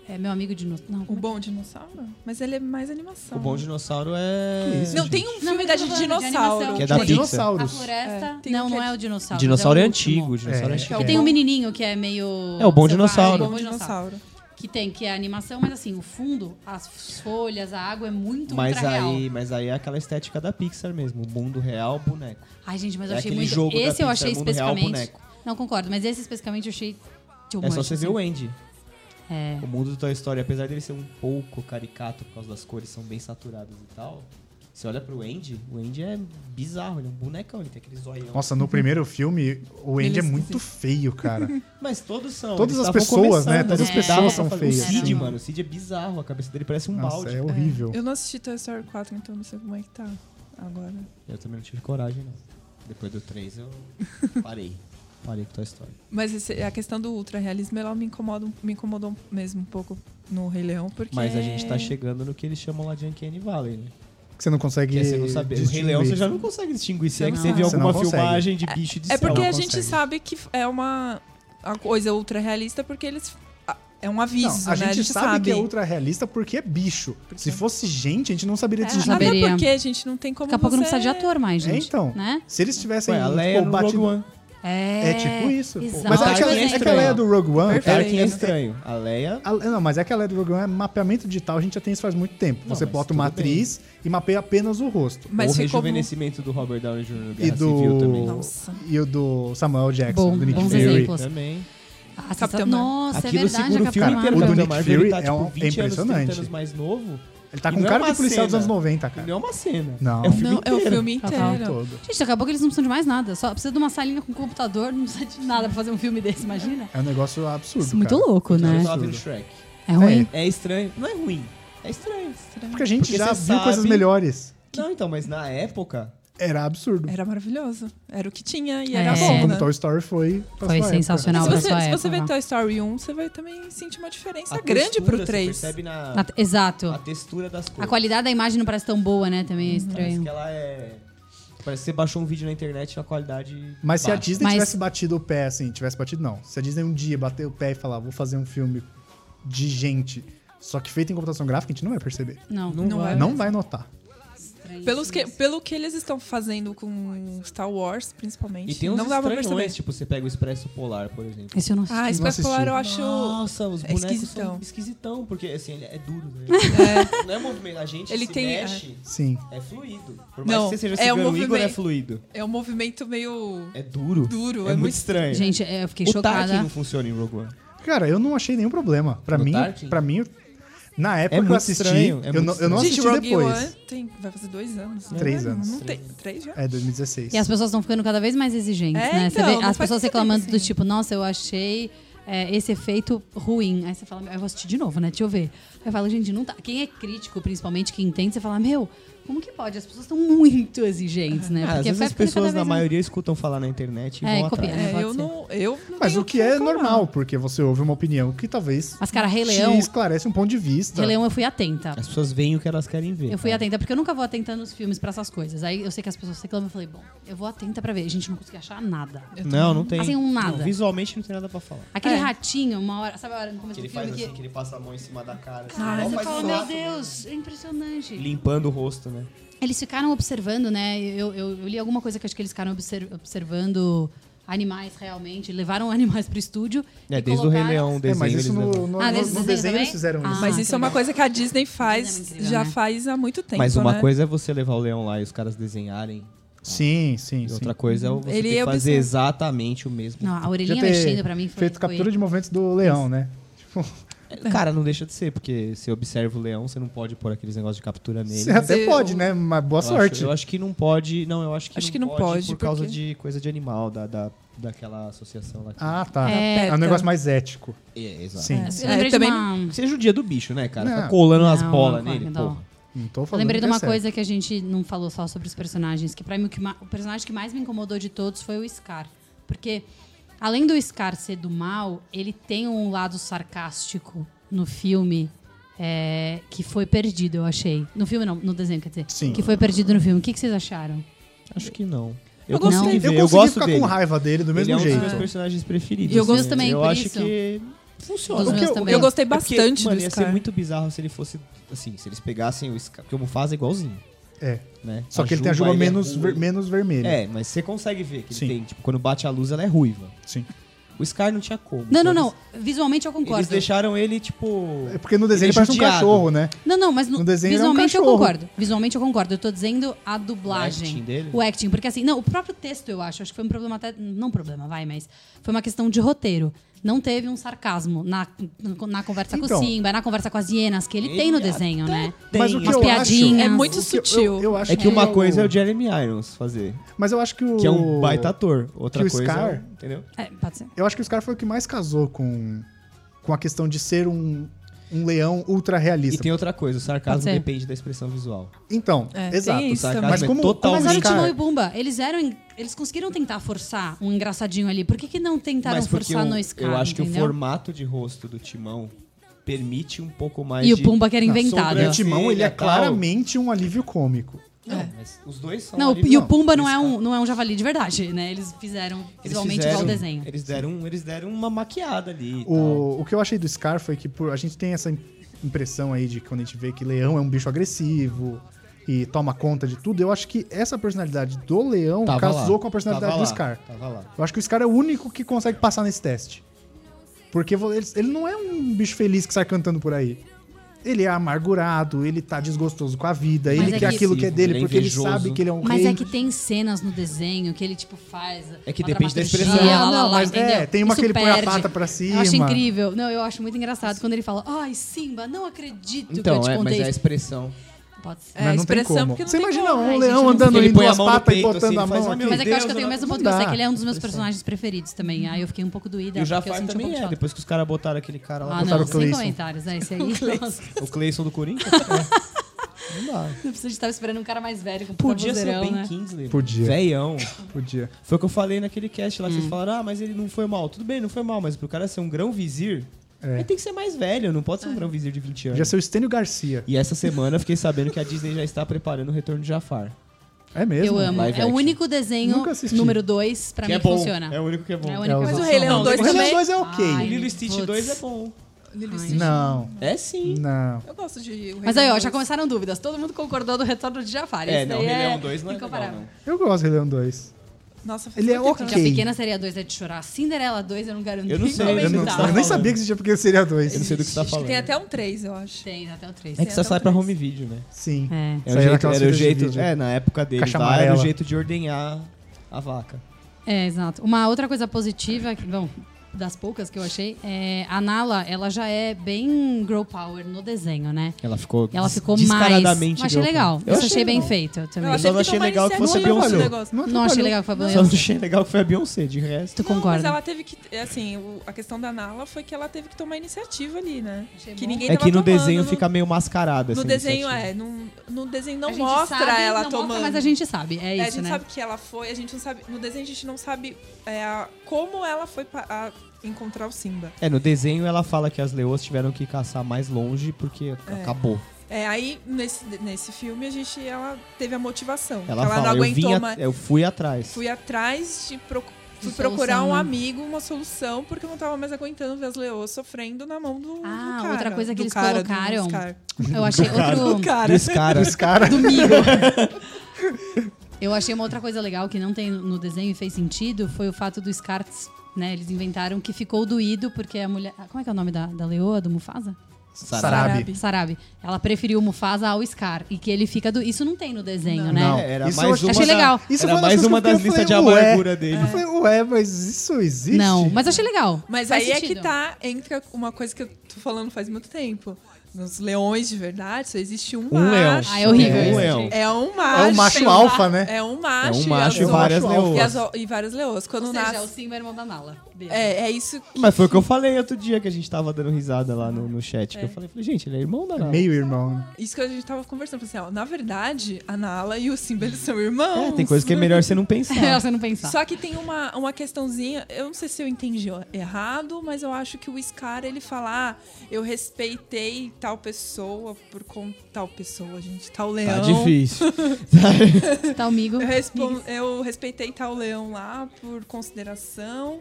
S4: É meu amigo dinossauro. Não,
S3: O bom dinossauro? Mas ele é mais animação.
S2: O bom dinossauro é.
S1: Que isso,
S3: Não,
S1: gente?
S3: tem um
S4: Não, mas
S3: filme
S4: eu
S3: da
S4: tô
S3: de
S4: falando de
S3: dinossauro.
S4: animação.
S2: Que é da
S1: Mas
S2: Pixar.
S4: a
S1: dinossauros.
S4: floresta.
S3: É, tem
S4: não,
S3: um que
S4: não
S3: é-
S4: é o dinossauro.
S2: Dinossauro
S4: é
S2: é
S4: o
S2: antigo,
S1: último.
S2: dinossauro é,
S1: É,
S2: antigo.
S1: é o
S4: Tem um
S3: bom-
S4: menininho que é meio.
S2: É, o bom
S4: selvagem,
S2: dinossauro.
S4: o
S3: bom dinossauro.
S4: Que tem, que é a animação, mas assim, o fundo, as folhas, a água é muito
S2: Mas
S4: ultra real.
S2: aí, mas aí é aquela estética da Pixar mesmo. O mundo real, boneco.
S4: Ai, gente, mas
S2: é
S4: eu achei
S2: aquele
S4: muito.
S2: jogo da
S4: esse eu
S2: Pixar,
S4: achei
S2: mundo real,
S4: especificamente.
S2: boneco.
S4: não concordo, mas esse especificamente eu achei. too
S2: É só
S4: much,
S2: você ver
S4: assim.
S2: o Andy.
S4: É.
S2: O mundo do Toy Story, apesar dele ser um pouco caricato por causa das cores, são bem saturadas e tal. Você olha pro Andy, o Andy é bizarro, ele é um bonecão, ele tem aquele zoião.
S1: Nossa, no primeiro filme, o Andy
S3: Ele
S1: é muito feio, cara.
S2: Mas todos são.
S1: Todas
S2: eles
S1: as
S2: estavam
S1: pessoas, né?
S2: começando,
S1: Todas as
S2: eles
S1: pessoas
S2: estavam
S1: são
S2: fazendo-
S1: feias,
S2: O Cid,
S4: assim.
S2: mano, o Cid é bizarro, a cabeça dele parece um
S1: Nossa,
S2: balde.
S1: é horrível.
S3: Eu não assisti Toy Story 4, então não sei como é que tá agora.
S2: Eu também não tive coragem, não. Depois do 3
S3: [LAUGHS]
S2: eu parei. Parei com Toy Story.
S3: Mas esse- a questão do ultra-realismo, ela me, incomoda, um- me incomodou mesmo um pouco no Rei Leão, porque... é
S2: Mas a gente tá chegando no que eles chamam lá de Uncanny Valley, né?
S1: Que você não consegue.
S2: Que é você não saber. O Rei Leão você já não consegue distinguir se é que
S4: Não.
S2: você viu
S1: Você não
S2: alguma
S1: consegue.
S2: filmagem de bicho de
S3: É
S2: céu.
S3: porque
S1: não
S3: a gente
S1: consegue.
S3: sabe que é uma a coisa ultra-realista, porque eles... a- É um aviso,
S1: não, a
S3: né?
S1: gente, sabe, que é ultra realista porque é bicho. Se fosse gente, a gente não saberia
S4: É,
S1: distinguir.
S4: sabe-
S3: Até
S4: Saberia.
S3: porque a gente não tem como
S4: Daqui a pouco não
S3: você-
S4: precisa de ator mais,
S1: É,
S4: gente.
S1: então.
S4: Né?
S1: Se eles tivessem
S5: Ué, a
S2: um
S5: Leia
S1: tipo,
S5: no
S1: batido-
S5: Rogue One.
S4: É,
S1: É tipo isso. pô.
S4: Exato.
S1: Mas é que, a,
S2: Tarkin é
S1: é que a
S2: estranho.
S1: Leia do Rogue One.
S2: O Tarkin é
S3: Perfeito.
S2: estranho. A Leia...
S1: A- não, mas é que a Leia do Rogue One é mapeamento digital, a gente já tem isso faz muito tempo.
S2: Não,
S1: Você
S2: mas
S1: bota
S2: tudo
S1: uma
S2: bem.
S1: atriz e mapeia apenas o rosto.
S2: o
S3: Mas ficou. mu-
S2: rejuvenescimento do Robert Downey Jr.
S1: E
S2: Guerra Civil também.
S1: do.
S3: Nossa.
S1: E o do Samuel Jackson,
S4: Bom,
S1: do Nick
S4: bons
S1: Fury.
S4: exemplos.
S2: Também.
S4: Ah,
S3: Capitão
S4: sensa-
S3: Marvel.
S4: Nossa,
S2: Aqui
S4: é
S2: no
S4: verdade, a
S2: segundo
S4: Capitã
S2: filme,
S1: Marvel.
S4: Marvel.
S2: inteiro,
S1: O do
S2: da
S1: Nick
S2: Marvel,
S1: Fury
S2: ele tá,
S1: é
S2: tipo,
S1: um- é
S2: 20 anos, 30
S1: impressionante.
S2: anos mais novo.
S1: Ele tá
S2: E
S1: com
S2: não é
S1: cara de
S2: uma
S1: policial dos
S2: cena.
S1: anos 90,
S2: E
S1: cara.
S2: Não é uma cena.
S1: Não. um
S2: É o filme
S3: Não, é o
S2: inteiro.
S3: filme
S4: Total.
S3: inteiro.
S1: Todo.
S4: Gente, daqui a pouco eles não precisam de mais nada. Só precisa de uma salinha com um computador, não precisa de nada pra fazer um filme desse, imagina?
S1: É um negócio absurdo.
S4: Isso é muito
S1: cara.
S4: louco, né?
S2: Eu tava vendo Shrek.
S4: É ruim.
S2: Então, É estranho. Não é ruim. É estranho.
S1: Porque a gente
S2: Porque
S1: já viu
S2: você
S1: coisas
S2: sabe-
S1: melhores.
S2: Não, então, mas na época...
S1: Era absurdo.
S3: Era maravilhoso. Era o que tinha e era
S4: É.
S1: Assim
S3: bom,
S1: como
S3: né?
S1: Toy Story foi. pra
S4: Foi
S1: sua época.
S4: sensacional.
S3: Se
S4: pra
S3: você,
S4: sua
S3: se você
S4: época.
S3: ver Toy Story 1, você vai também sentir uma diferença
S2: a
S3: é grande
S2: textura,
S3: pro 3.
S2: Você percebe na...
S4: Na- Exato.
S2: A textura das coisas.
S4: A qualidade da imagem não parece tão boa, né? Também é
S2: Parece
S4: estranho.
S2: que ela é... Parece que você baixou um vídeo na internet e a qualidade...
S1: Mas se a
S2: baixa.
S1: Disney
S4: Mas-
S1: tivesse batido o pé, assim, tivesse batido, não. Se a Disney um dia bater o pé e falar, vou fazer um filme de gente, só que feito em computação gráfica, a gente não vai perceber.
S4: Não,
S3: Não vai.
S1: é? Não vai notar.
S4: estranho.
S3: Pelos que, pelo que eles estão fazendo com Star Wars, principalmente.
S2: E tem uns
S3: não dá pra perceber.
S2: estranhões, tipo, você pega o Expresso Polar, por exemplo.
S4: Esse eu não sei.
S3: Ah,
S1: Não
S3: Space
S1: assisti.
S3: Polar eu acho.
S2: Nossa, os
S3: é
S2: bonecos
S3: esquisitão.
S2: são esquisitão, porque assim, ele é duro, né? Não é movimento, a gente
S3: Ele
S2: se
S3: tem-
S2: mexe,
S1: Sim.
S2: é, fluido. Por mais
S3: Não,
S2: que você seja
S3: é
S2: cigano,
S3: um
S2: o Igor é
S3: movimento-
S2: fluido.
S3: É um movimento meio.
S2: É duro.
S3: Duro,
S2: é,
S3: é
S2: muito,
S3: muito-
S2: estranho.
S4: Gente, é, eu fiquei
S2: o
S4: chocada.
S2: Tarkin não funciona em Rogue One.
S1: Cara, eu não achei nenhum problema. Pra
S2: No
S1: mim,
S2: Tarkin?
S1: pra mim, na época que
S2: muito
S1: eu assisti,
S2: estranho, é
S1: eu,
S2: muito
S1: não, eu não
S3: Gente,
S1: assisti
S3: Rogue
S1: depois.
S3: One tem, vai fazer dois anos. né?
S1: Três
S3: Não,
S1: anos.
S3: Não tem, três já?
S1: É, 2016.
S4: E as pessoas estão ficando cada vez mais exigentes,
S3: É,
S4: né? Você
S3: então,
S4: vê
S3: não
S4: as
S3: faz
S4: pessoas
S3: sentido,
S4: reclamando do
S3: assim.
S4: tipo, nossa, eu achei é, esse efeito ruim. Aí você fala, eu vou assistir de novo, né? Deixa eu ver. Aí eu falo, gente, não tá. Quem é crítico, principalmente, quem entende, você fala, meu, como que pode? As pessoas estão muito exigentes,
S3: É,
S4: né?
S2: Ah, às vezes
S4: vai
S2: as
S4: ficando
S2: pessoas,
S4: cada
S2: na
S4: vez mais-
S2: maioria, escutam falar na internet e
S4: É,
S2: vão
S4: e copia.
S2: atrás.
S3: né? É,
S4: pode
S3: eu
S4: ser.
S3: não, eu não
S1: Mas
S3: tenho
S1: o que é
S3: reclamar.
S1: normal, porque você ouve uma opinião que talvez
S4: Mas, cara, Rei
S1: te
S4: Leão,
S1: esclarece um ponto de vista.
S4: Rei Leão eu fui
S2: tá.
S4: atenta.
S2: As tá. pessoas veem o que elas querem ver.
S4: Eu fui
S2: cara.
S4: atenta, porque eu nunca vou atenta nos filmes pra essas coisas. Aí eu sei que as pessoas reclamam, eu falei, bom, eu vou atenta pra ver. A gente não conseguiu achar nada.
S2: Não, não tem.
S4: Assim, um nada.
S2: Não, visualmente não tem nada pra falar.
S4: Aquele
S3: É.
S4: ratinho, uma hora, sabe a hora no começo
S2: Que ele
S4: do filme
S2: faz
S4: que... Ah,
S2: assim, que ele passa a mão em cima da cara. assim,
S4: Cara,
S2: igual
S4: você
S2: faz
S4: fala,
S2: um
S4: meu
S2: laço, né?
S4: Deus, é impressionante.
S2: Limpando o rosto, né?
S4: Eles ficaram observando, né? Eu, eu- eu li alguma coisa que acho que eles ficaram obser- observando animais realmente. Levaram [LAUGHS] animais pro estúdio.
S2: É,
S4: e
S2: desde o Rei
S4: colocaram-
S2: Leão, o
S1: É,
S2: desenho.
S1: mas isso
S2: eles
S1: no,
S2: levam.
S1: no-
S4: Ah,
S1: no-
S4: desses
S1: no
S4: desenhs
S1: desenho
S4: também?
S1: eles fizeram
S4: Ah,
S1: isso.
S3: Mas isso é uma
S4: legal.
S3: coisa que a Disney faz,
S4: Mas é incrível,
S3: já
S4: né?
S3: faz há muito tempo.
S2: Mas uma
S3: né?
S2: coisa é você levar o leão lá e os caras desenharem.
S1: Sim, sim,
S2: E
S1: sim.
S2: outra coisa é
S4: Uhum.
S2: você
S3: Ele
S2: ter que
S3: é
S2: fazer
S3: obsceno.
S2: exatamente o mesmo.
S4: Não, a
S1: Podia
S4: orelhinha
S1: ter
S4: mexendo pra mim foi.
S1: feito
S4: foi-
S1: captura de movimentos do leão, né?
S2: É, Cara, não deixa de ser, porque você observa o leão, você não pode pôr aqueles negócios de captura nele.
S1: Você até
S3: Mas eu-
S1: pode, né? Mas boa
S2: Eu acho-
S1: sorte.
S2: eu acho que não pode. Não, eu acho que,
S3: Acho
S2: não,
S3: que não
S2: pode,
S3: pode,
S2: por causa
S3: porque-
S2: de coisa de animal, da, da, daquela associação lá. que-
S1: Ah, tá.
S4: É,
S1: É, um negócio mais ético.
S2: É, exato.
S1: Sim.
S4: Eu lembrei
S3: É,
S4: de
S3: também
S4: uma...
S2: Seja o dia do bicho, né, cara?
S1: Não.
S2: Tá colando as
S4: Não,
S2: bolas
S4: não,
S2: nele,
S4: não dá.
S2: porra.
S1: Não tô
S4: Eu
S1: falando.
S4: lembrei de
S1: que é
S4: uma
S1: sério.
S4: coisa que a gente não falou só sobre os personagens, que pra mim o, que ma- o personagem que mais me incomodou de todos foi o Scar. Porque, além do Scar ser do mal, ele tem um lado sarcástico no filme é, que foi perdido, eu achei. No filme não, no desenho, quer dizer.
S1: Sim.
S4: Que foi perdido no filme. O que, que vocês acharam?
S2: Acho que não.
S3: Eu gostei.
S2: consegui
S1: Eu
S2: ver,
S1: consegui
S2: gosto
S1: ficar
S2: dele.
S1: com raiva dele do mesmo
S2: Ele é um
S1: jeito.
S2: dos meus personagens preferidos.
S4: Eu gosto
S2: né?
S4: também,
S2: Eu
S4: por
S2: acho
S4: isso.
S2: que
S4: Dos
S2: funciona.
S4: meus
S1: eu-
S4: também.
S3: Eu gostei
S2: É porque,
S3: bastante
S2: mano,
S3: do
S2: ia
S3: Scar.
S2: ser muito bizarro se ele fosse, assim, se eles pegassem o Scar, porque o Mufasa é igualzinho,
S1: É.
S2: né?
S1: Só que ele tem a juba
S2: é
S1: menos,
S2: ruiva.
S1: ver- menos vermelha.
S2: É, mas você consegue ver que
S1: Sim.
S2: ele tem, tipo, quando bate a luz ela é ruiva.
S1: Sim.
S2: O Scar não tinha como.
S4: Não,
S2: então
S4: não,
S2: eles-
S4: não. Visualmente eu concordo.
S2: Eles deixaram ele, tipo...
S1: É porque no desenho ele,
S2: Ele é
S1: parece um
S2: judiado.
S1: cachorro, né?
S4: Não, não, mas no-
S1: No desenho ele é um
S4: visualmente eu
S1: cachorro.
S4: concordo. Visualmente eu concordo. Eu tô dizendo a dublagem.
S2: O acting dele?
S4: O acting, porque assim, não, o próprio texto eu acho. Acho que foi um problema até. Não problema, vai, mas foi uma questão de roteiro. Não teve um sarcasmo na, na conversa com
S1: Então.
S4: o Simba, na conversa com as hienas, que ele,
S2: Ele
S4: tem no
S2: até
S4: desenho, né?
S2: tem,
S1: Mas o que
S4: Umas
S1: eu acho.
S4: piadinhas.
S3: É muito
S1: o que eu-
S3: sutil.
S1: Eu, eu acho
S2: É que uma
S1: o-
S2: coisa é o Jeremy Irons fazer,
S1: Mas eu acho que o.
S2: que é um baita ator. Outra
S1: que o
S2: coisa,
S1: Scar-
S2: é- entendeu?
S4: É, pode ser.
S1: Eu acho que os caras foi o que mais casou com, com a questão de ser um, um leão ultra
S2: E
S1: realista.
S2: tem outra coisa, o sarcasmo
S4: Pode ser.
S2: depende da expressão visual.
S1: Então,
S3: É, tem
S1: exato.
S2: O
S3: Isso
S2: sarcasmo
S3: também.
S1: Mas como-
S2: é
S1: Então,
S4: Mas olha
S2: totalmente...
S4: o
S1: Scar-
S4: Timão e Bumba, eles eram. en- Eles conseguiram tentar forçar um engraçadinho ali. Por que, que não tentaram
S2: Mas porque
S4: forçar
S2: o-
S4: no Scar?
S2: eu acho que o
S4: entendeu?
S2: formato de rosto do Timão permite um pouco mais
S4: E o
S2: de...
S4: Pumba que era
S2: Não,
S4: inventado.
S2: sobre
S1: o Timão, ele é
S2: Sim, é tal.
S1: claramente um alívio cômico.
S2: Não,
S4: É.
S2: mas os dois são.
S4: Não,
S2: ali,
S4: e o Pumba não é,
S2: eles
S4: um, não é um javali de verdade, né? Eles fizeram visualmente
S2: fizeram-
S4: igual o desenho.
S2: Eles deram, eles deram uma maquiada ali. e tal.
S1: O, o que eu achei do Scar foi que por- a gente tem essa im- impressão aí de quando a gente vê que leão é um bicho agressivo e toma conta de tudo. Eu acho que essa personalidade do leão
S2: Tava
S1: casou
S2: lá,
S1: com a personalidade
S2: tava
S1: do
S2: lá,
S1: Scar.
S2: Tava lá.
S1: Eu acho que o Scar é o único que consegue passar nesse teste. Porque vo- ele, ele não é um bicho feliz que sai cantando por aí. Ele é amargurado, ele tá desgostoso com a vida,
S4: Mas
S1: ele
S4: é
S1: quer
S4: que-
S1: aquilo que é dele,
S2: Ele é
S1: porque ele
S2: invejoso.
S1: sabe que ele é um
S4: Mas
S1: rei.
S4: é que tem cenas no desenho que ele, tipo, faz.
S2: É que
S4: uma
S2: depende da
S4: dramaturgia,
S2: expressão.
S4: lá,
S1: Ah,
S4: lá,
S1: não,
S4: lá,
S1: mas
S4: entendeu?
S1: é, tem uma
S4: Isso
S1: que ele põe a
S4: perde.
S1: pata pra cima.
S4: Eu acho incrível. Não, eu acho muito engraçado quando ele fala: Ai, Simba, não acredito
S2: Então,
S4: que eu
S2: é, mas
S4: te contei.
S2: é a expressão.
S4: isso." Pode ser.
S3: É,
S1: Mas
S3: a
S1: não tem
S3: expressão,
S1: como.
S3: porque não
S1: Você
S3: tem
S1: imagina
S3: como,
S1: um
S3: né, gente?
S1: leão
S3: Não
S1: andando
S2: Ele
S1: em
S2: põe a
S1: duas
S2: mão no
S1: patas e
S2: peito,
S1: botando
S2: assim,
S1: a
S2: faz
S1: mão
S2: uma
S1: aqui.
S2: Meu
S4: Mas é que eu acho que eu
S2: Deus,
S4: tenho o
S2: eu
S4: mesmo
S1: não-
S4: ponto
S1: não
S4: que você,
S1: dá.
S4: que ele é um dos meus personagens preferidos também. Aí eu fiquei um pouco doída,
S2: E o
S4: porque eu
S2: Jafar
S4: senti um pouco
S2: também
S4: de
S2: é.
S4: falta.
S2: Depois que os caras botaram aquele cara lá.
S4: Ah,
S1: Botaram
S4: não,
S1: o
S4: sem
S1: Cleison.
S4: comentários. É,
S1: [LAUGHS]
S4: esse aí. Nossa,
S2: O Cleison do
S4: [LAUGHS]
S2: Corinthians? Não dá.
S4: não precisa estar esperando um cara mais velho com
S2: Podia
S4: puta
S2: ser o
S4: vozeirão,
S2: Ben
S4: né?
S2: Kingsley.
S1: Podia.
S2: Veião.
S1: Podia.
S2: Foi o que eu falei naquele cast lá. que
S4: Hum.
S2: Vocês falaram, ah, mas ele não foi mal. Tudo bem, não foi mal. Mas pro cara ser um grão vizir,
S1: É.
S2: ele tem que ser mais velho. Não
S4: É.
S2: pode ser um grão vizir de 20
S1: Podia
S2: anos.
S1: ser o Estênio Garcia.
S2: E essa semana eu fiquei sabendo que a Disney já está preparando o retorno de Jafar.
S1: É mesmo?
S4: Eu amo.
S2: Live
S4: É o
S2: action.
S4: único desenho
S1: Nunca assisti.
S4: número 2 pra
S2: que
S4: mim
S2: é
S4: que
S2: bom.
S4: funciona.
S2: É o único que é bom.
S4: É o
S2: o
S4: único
S1: É,
S4: que
S1: os
S3: Mas o
S4: funciona.
S3: Rei Leão
S2: Não, o
S3: 2
S2: Rei
S1: Leão
S3: também.
S1: 2 é ok.
S4: Ai,
S2: Lilo e Stitch
S4: putz.
S2: 2 é bom.
S3: Lilo e Stitch.
S1: Não,
S2: É sim.
S1: não.
S3: Eu gosto de. o Rei
S4: Mas aí, ó,
S3: Leão
S4: já
S3: dois.
S4: começaram dúvidas. Todo mundo concordou do retorno de Jafar.
S2: É,
S4: Isso
S2: não,
S4: daí
S2: Rei Leão 2 não é legal,
S4: incomparável.
S2: não.
S1: Eu gosto do Rei Leão 2.
S3: Nossa,
S1: Ele é
S3: muito
S1: ok.
S3: tempo.
S4: Gente, a Pequena Sereia 2 é de chorar. Cinderela 2 eu não garanto.
S2: Eu não
S4: nem
S2: sei,
S1: Eu, não-
S4: comentar.
S2: tá
S1: eu nem
S2: falando.
S1: sabia que existia porque seria 2.
S2: Eu não sei do que você tá
S3: Acho que
S2: falando.
S3: tem até um 3, eu acho.
S4: Tem, até o 3.
S2: É que só
S3: até
S2: sai
S3: o
S2: pra
S3: três.
S2: home video, né?
S1: Sim.
S4: É.
S2: É o
S1: Saía
S2: jeito,
S1: naquelas
S2: era o
S1: fitas de
S2: jeito.
S1: vídeo.
S2: É, na época dele
S1: Caixa
S2: lá, era o
S1: amarela.
S2: jeito de ordenhar a vaca.
S4: É, exato. Uma outra coisa positiva, que, bom, das poucas que eu achei, é a Nala, ela já é bem girl power no desenho, né?
S2: Ela ficou
S4: Ela ficou mais.
S2: descaradamente
S4: Eu achei
S2: girl
S4: legal.
S2: power.
S4: Eu achei bem
S2: legal.
S4: feito
S3: Eu
S4: também.
S2: achei-
S3: achei,
S2: não legal que fosse
S3: a Beyoncé.
S2: Beyoncé.
S3: negócio.
S4: Não achei legal que foi
S2: Só não
S4: Beyoncé.
S2: achei legal que foi a Beyoncé, de resto.
S4: Tu
S3: Não, mas
S4: concorda?
S3: ela teve que. Assim, o- a questão da Nala foi que ela teve que tomar iniciativa ali, né?
S4: Achei
S3: que
S4: bom.
S3: ninguém
S2: É
S3: tava
S2: que no
S3: tomando,
S2: desenho
S3: no-
S2: fica meio mascarada. assim,
S3: No
S2: essa
S3: desenho,
S2: iniciativa.
S3: é. No, no desenho
S4: A
S3: não
S4: gente
S3: mostra
S4: sabe,
S3: ela
S4: não
S3: tomando.
S4: Mostra, mas a gente sabe, é
S3: É,
S4: isso,
S3: a gente
S4: né?
S3: sabe que ela foi, a gente não sabe. No desenho a gente não sabe é, a- como ela foi pa- a encontrar o Simba.
S2: É, no desenho ela fala que as leoas tiveram que caçar mais longe porque acabou.
S3: É, aí nesse, nesse filme a gente ela teve a motivação.
S2: Ela,
S3: ela não
S2: fala, eu, vim
S3: aguentou,
S2: a-
S3: mas
S2: eu fui atrás.
S3: fui atrás de proc- fui
S4: De
S3: procurar
S4: solução,
S3: um
S4: né?
S3: amigo, uma solução, porque eu não tava mais aguentando ver as leoas sofrendo na mão do, do
S4: Ah,
S3: cara,
S4: outra coisa que
S3: do
S4: eles
S3: cara, do
S4: colocaram.
S3: Scar.
S4: Eu achei outro.
S3: Do cara.
S2: Dos
S1: [LAUGHS]
S2: caras.
S1: Cara,
S3: [LAUGHS]
S4: Domingo. Eu achei uma outra coisa legal que não tem no desenho e fez sentido foi o fato do Scar, né? Eles inventaram que ficou doído porque a mulher. ah, Como é que é o nome da, da leoa, do Mufasa?
S1: Sarabi.
S4: Sarabi. Ela preferiu o Mufasa ao Scar e que ele fica do. Isso não tem no desenho, né?
S1: Não,
S2: É, era
S1: isso eu
S2: mais
S1: achei-
S2: uma
S4: Achei
S2: da-
S4: legal.
S1: Isso
S2: era
S1: foi
S2: mais
S1: coisas
S2: uma
S1: que eu
S2: das
S1: falei,
S2: listas de
S1: ué.
S2: amargura dele.
S1: Eu falei, ué, mas isso existe?
S4: Não, mas é achei legal.
S3: Mas
S4: Faz
S3: aí é
S4: sentido.
S3: que tá, entra uma coisa que eu tô falando faz muito tempo. Nos leões de verdade, só existe um,
S2: Um
S3: macho.
S2: leão.
S4: Ah, é horrível
S2: Um
S4: isso,
S2: leão.
S4: gente.
S3: É um
S1: É
S3: macho.
S1: o macho alfa, né?
S3: É um macho.
S2: É um macho e
S3: as
S2: várias
S3: outras-
S2: leoas.
S3: E, as o- e várias leoas. Quando
S4: Ou seja, o
S3: nasce.
S4: Simba é irmão da Nala. Beijo. [LAUGHS]
S3: É, é isso.
S2: Mas foi o que eu falei outro dia que a gente tava dando risada lá no, no chat. Que eu falei, falei, gente, ele é irmão da Nala.
S1: Meio irmão. né?
S3: Isso que a gente tava conversando. Assim, ó, na verdade, a Nala e o Simba eles são irmãos.
S2: É, tem coisa que é melhor você não
S4: Pra
S2: pensar.
S4: você não pensar.
S3: Só que tem uma, uma questãozinha, eu não sei se eu entendi errado, mas eu acho que o Scar, ele fala, ah, eu respeitei tal pessoa por conta tal pessoa, gente, tal leão.
S2: Tá
S3: [LAUGHS]
S2: difícil.
S4: Tá amigo.
S3: Eu, respon- eu respeitei tal leão lá por consideração,